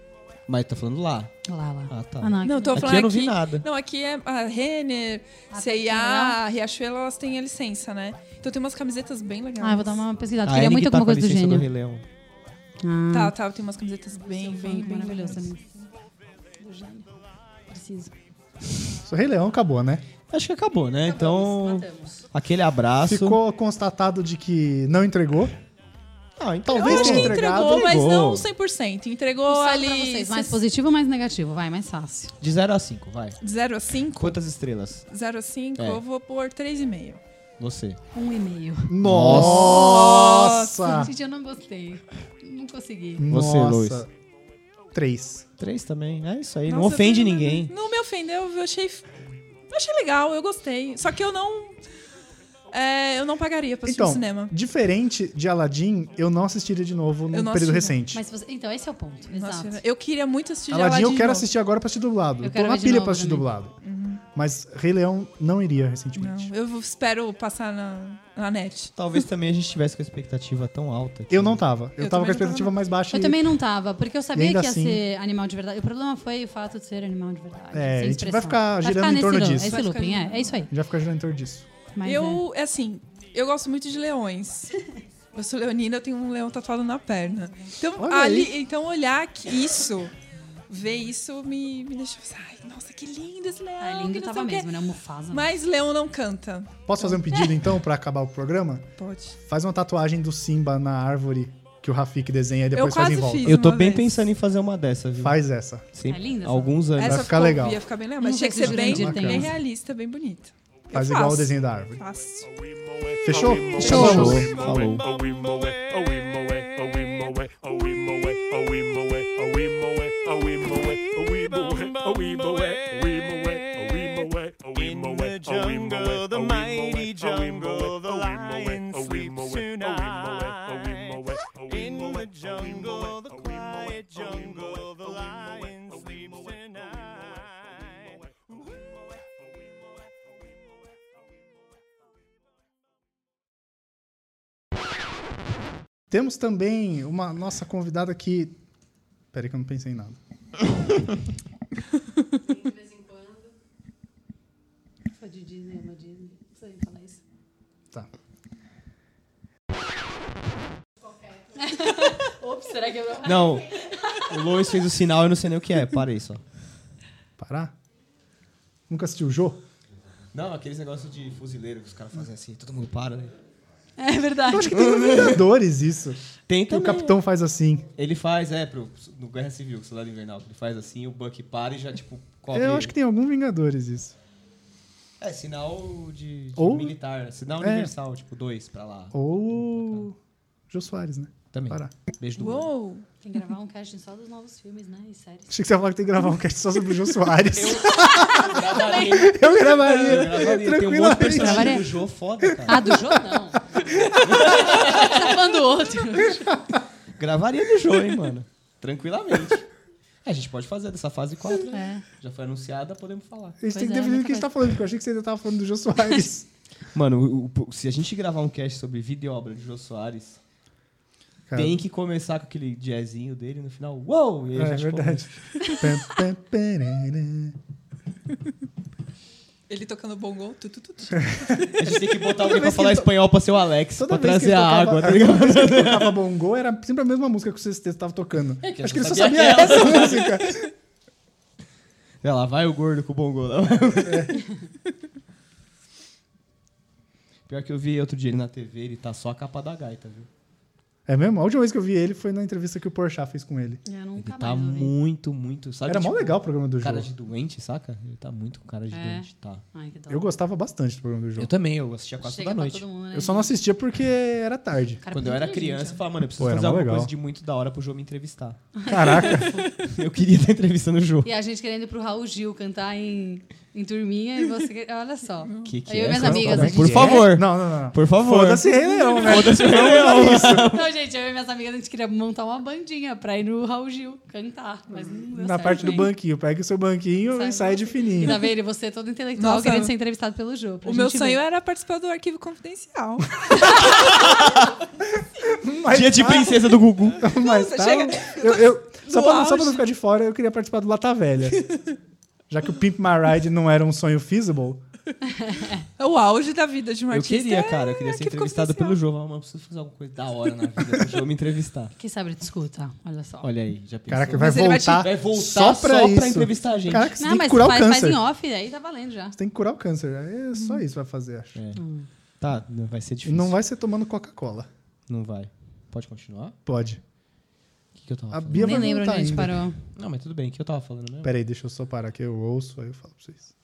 S2: Mas tá falando lá.
S4: Lá, lá.
S2: Ah, tá.
S4: não,
S3: Não, eu tô
S2: Aqui
S3: falando
S2: eu não vi nada.
S3: Não, aqui é a Renner,
S4: Ah,
S3: C&A, Riachuelo, elas têm a licença, né? Então tem umas camisetas bem legais.
S4: Ah, eu vou dar uma pesquisada.
S2: A
S4: Queria
S2: Hennig
S4: muito
S2: tá
S4: alguma
S2: com a
S4: coisa do
S2: licença
S4: gênio.
S2: Rei Leão.
S4: Ah,
S3: Tá, tá, tem umas camisetas bem,
S4: Bem,
S3: bem, bem
S4: maravilhoso
S3: legais.
S4: também. Do gênio. Preciso.
S1: O Rei Leão acabou, né?
S2: Acho que acabou, né? Então,
S4: Matamos.
S2: aquele abraço.
S1: Ficou constatado de que não entregou.
S2: Ah, então
S3: Eu
S1: Talvez
S3: acho que
S1: tenha
S3: entregou,
S1: entregado.
S3: mas
S2: Entregou.
S3: não 100%. Entregou
S4: Só pra
S3: ali
S4: vocês, mais
S3: se-
S4: positivo ou mais negativo? Vai, mais fácil.
S2: de 0 a 5, vai.
S3: de 0 a 5,
S2: Quantas estrelas?
S3: 0 a 5,
S2: É.
S3: eu vou pôr 3,5.
S2: Você.
S4: Um e meio.
S1: Nossa!
S4: Gente, eu não gostei. Não consegui.
S2: Você,
S1: Nossa. Três.
S2: Três também. É isso aí. não
S3: Nossa,
S2: ofende
S3: eu tô-
S2: ninguém.
S3: Não me ofendeu, eu achei. eu achei legal, eu gostei. Só que eu não. é, eu não pagaria pra assistir
S1: Então,
S3: o cinema.
S1: diferente de Aladdin, eu não assistiria de novo num
S3: Eu não né?
S1: período
S3: assistiria.
S1: recente.
S4: Mas você- então, esse é o ponto.
S3: Nossa,
S4: Exato.
S3: eu queria muito assistir
S1: Aladdin, eu
S3: de
S1: quero
S3: novo.
S1: assistir agora pra assistir dublado.
S4: Eu
S1: Eu tô
S4: quero
S1: na
S4: ver de
S1: pilha
S4: novo
S1: pra assistir
S4: também.
S1: dublado. Mas Rei Leão não iria recentemente.
S3: Não, eu vou- espero passar na, na net.
S2: Talvez também a gente tivesse com a expectativa tão alta. que-
S1: Eu não tava. Eu, tava com a
S3: Eu também não
S1: expectativa
S3: tava, não.
S1: mais baixa.
S4: Eu
S1: e-
S4: também não tava, porque eu sabia
S1: ainda
S4: que ia
S1: assim-
S4: ser animal de verdade. O problema foi o fato de ser animal de verdade.
S1: É,
S4: sem
S1: a gente vai
S4: expressão.
S1: ficar girando em
S4: nesse
S1: torno
S4: loop,
S1: disso.
S4: Esse
S3: Vai ficar
S4: looping,
S3: girando.
S4: é, é isso aí.
S1: Já fica girando em torno disso.
S4: Mas é.
S3: eu, é assim, eu gosto muito de leões. Eu sou leonina, eu tenho um leão tatuado na perna. Então,
S1: Olha aí.
S3: ali- então olhar que isso ver isso me, me deixou. Ai, nossa, que lindo esse leão.
S4: Ah, lindo
S3: que não
S4: tava
S3: sei o quê."
S4: mesmo, né? O Mufasa.
S3: Mas leão não canta.
S1: Posso fazer um pedido então pra acabar o programa?
S3: Pode.
S1: Faz uma tatuagem do Simba na árvore que o Rafik desenha e depois
S3: Eu
S1: faz em
S3: quase
S1: volta.
S3: fiz.
S2: Eu tô
S3: uma
S2: bem
S3: vez.
S2: pensando em fazer uma dessa, viu?
S1: Faz essa.
S2: Sempre-
S4: É linda essa.
S2: Alguns anos.
S3: Essa
S1: ficar
S3: ficou-
S1: legal.
S3: Ia ficar bem legal,
S4: Não
S3: mas
S4: sei
S3: tinha que
S4: se o
S3: ser bem,
S4: Jurandir tem
S3: bem
S4: essa.
S3: realista, bem bonito. Eu
S1: Faz igual o
S3: faço.
S1: desenho da árvore.
S3: Faço.
S1: Fechou?
S2: Fechou.
S3: é
S1: Fechou.
S2: Falou.
S7: In the jungle, the mighty jungle, the lion sleeps tonight. In the jungle, the quiet jungle, the lion sleeps tonight.
S1: Temos também uma nossa convidada que. Peraí que eu não pensei em nada.
S4: de Disney, uma Disney. Não sei falar isso.
S1: Tá.
S4: Ops, será
S3: é
S4: que eu...
S2: Não. O Lois fez o sinal, eu não sei nem o que é. Para isso, ó.
S1: Parar? Nunca assistiu o Jô?
S2: Não, aqueles negócios de fuzileiro que os caras fazem assim, todo mundo para, né?
S4: É verdade.
S1: Eu acho que tem Vingadores isso.
S2: Tem
S1: Que o
S2: também.
S1: capitão faz assim.
S2: Ele faz, é, pro, no Guerra Civil, Soldado Invernal, que ele faz assim, o Buck para e já, tipo, cobre.
S1: Eu acho que tem algum Vingadores isso.
S2: É, sinal de, de
S1: Ou-
S2: militar, né? sinal
S1: É.
S2: universal, tipo, dois pra lá.
S1: Ou. o Jô Soares, né?
S2: Hum, Também.
S1: Parar.
S2: Beijo do mundo.
S3: Uou!
S4: Tem que gravar um casting só dos novos filmes, né? E séries.
S1: Achei que você ia falar que tem que gravar um cast só sobre o Jô Soares. [LAUGHS]
S2: Gravaria,
S1: Eu gravaria.
S2: gravaria. Tem um outro
S1: Tranquilamente.
S2: personagem
S4: Gravaria.
S2: do Jô foda, cara.
S4: Ah, do Jô, [LAUGHS] não. tá
S3: Tá
S4: falando do outro.
S2: Gravaria do Jô, hein, mano. Tranquilamente. É, a gente pode fazer dessa fase 4, né?
S4: É.
S2: Já foi anunciada, podemos falar.
S1: A gente tem
S4: Pois
S1: que
S4: é,
S1: definir o
S4: muita
S1: que a gente tá
S4: coisa.
S1: falando, porque eu achei que você ainda tava falando do Jô
S2: [LAUGHS]
S1: Soares.
S2: Mano, o- o- se a gente gravar um cast sobre vida e obra de Jô Soares,
S1: Cara,
S2: tem que começar com aquele jazzinho dele no final. Uou! E aí a
S1: É
S2: gente
S1: verdade. Pam, pam, parará.
S3: Ele tocando bongo. Tu, tu, tu, tu.
S2: A gente tem que botar alguém
S1: Toda
S2: pra
S1: vez
S2: falar
S1: que to-
S2: espanhol pra ser o Alex,
S1: Toda
S2: pra
S1: vez que
S2: trazer
S1: ele
S2: a
S1: tocava-
S2: água, tá
S1: Toda
S2: ligado? [LAUGHS]
S1: vez que ele tocava bongo, era sempre a mesma música que o Sexteto estava tocando.
S2: É, que
S1: Acho que
S2: eu
S1: ele
S2: só
S1: só sabia
S2: sabia
S1: essa música.
S2: Olha É, lá, vai o gordo com o bongo. lá.
S1: É.
S2: Pior que eu vi outro dia ele na TV, ele tá só a capa da gaita, viu?
S1: É mesmo? A última vez que eu vi ele foi na entrevista que o Porchat fez com ele.
S4: Eu
S2: Ele
S4: nunca
S2: tá
S4: mais ouvi.
S2: muito, muito. Sabe,
S1: Era
S2: tipo,
S1: mó legal o programa do
S2: Cara
S1: jogo.
S2: de doente, saca? Ele tá muito com cara de
S4: É.
S2: doente, tá?
S4: Ai, que dó.
S1: Eu gostava bastante do programa do
S2: Eu
S1: jogo.
S2: também, eu assistia quase
S4: Chega
S2: toda
S4: pra
S2: noite.
S4: todo mundo, né?
S1: Eu só não assistia porque era tarde.
S4: Cara,
S2: Quando eu
S4: muito
S2: era
S4: inteligente,
S2: criança, eu
S4: ó.
S2: falava, mano, eu preciso
S1: Pô, era
S2: fazer
S1: mó
S2: alguma
S1: legal.
S2: coisa de muito da hora pro João me entrevistar. [LAUGHS]
S1: Caraca.
S2: Eu queria estar entrevistando o
S4: [LAUGHS]
S2: João.
S4: E a gente querendo ir pro Raul Gil cantar em, em turminha e você. quer- Olha só.
S2: Que que
S4: eu
S2: é
S4: e minhas
S2: essa
S4: amigas.
S2: história?
S4: a
S2: Por
S4: gente- é.
S2: favor.
S1: Não, não, não.
S2: Por favor.
S1: Foda-se Rei Leão, né? [LAUGHS]
S2: Foda-se, Leão.
S4: Não, Então, gente, eu e minhas amigas a gente queria montar uma bandinha pra ir no Raul Gil cantar. Mas não deu
S1: Na
S4: certo,
S1: parte do
S4: hein?
S1: banquinho. Pega o seu banquinho
S4: Sai
S1: e sai de
S4: E
S1: fininho.
S4: tá vendo? Você todo intelectual
S3: Nossa.
S4: querendo ser entrevistado pelo jogo.
S3: O meu sonho é- era participar do arquivo confidencial. [LAUGHS]
S1: Mas
S2: Dia de
S1: tá-
S2: princesa do
S4: [LAUGHS]
S2: Gugu.
S1: Mas
S3: Nossa,
S1: tá-
S3: chega-
S1: eu, eu- só, pra, só
S3: no
S1: pra
S3: auge.
S1: não ficar de fora, eu queria participar do Lata Velha. Já que o Pimp My Ride não era um sonho feasible,
S3: É o auge da vida de um
S2: Eu
S3: artista.
S4: é,
S2: queria, cara, eu queria ser
S3: que ficou
S2: entrevistado pelo
S3: especial.
S2: João. Mas eu preciso fazer alguma coisa da hora na vida pro João me entrevistar.
S4: Quem sabe te escuta, olha só.
S2: Olha aí, já pensou?
S1: Caraca, vai
S3: ele vai te-
S1: voltar,
S2: Vai voltar
S1: só pra isso.
S2: entrevistar a gente.
S1: Caraca, você
S4: não,
S1: tem que
S4: mas
S1: curar
S4: faz,
S1: o
S4: faz
S1: câncer.
S4: em off, Uhum. aí tá valendo já.
S1: Você tem que curar o câncer. É só isso vai fazer, acho.
S2: É.
S4: Hum.
S2: Tá, não vai ser
S1: E
S2: difícil.
S1: não vai ser tomando Coca-Cola.
S2: Não vai. Pode continuar? O
S1: Pode.
S2: que, que eu tava
S1: A
S2: falando?
S1: Bia
S4: Nem
S1: vai
S4: lembro onde
S1: voltar
S4: a gente
S1: ainda.
S4: parou.
S2: Não, mas tudo bem, o que eu tava falando mesmo?
S1: Peraí, deixa eu só parar que eu ouço, aí eu falo pra vocês.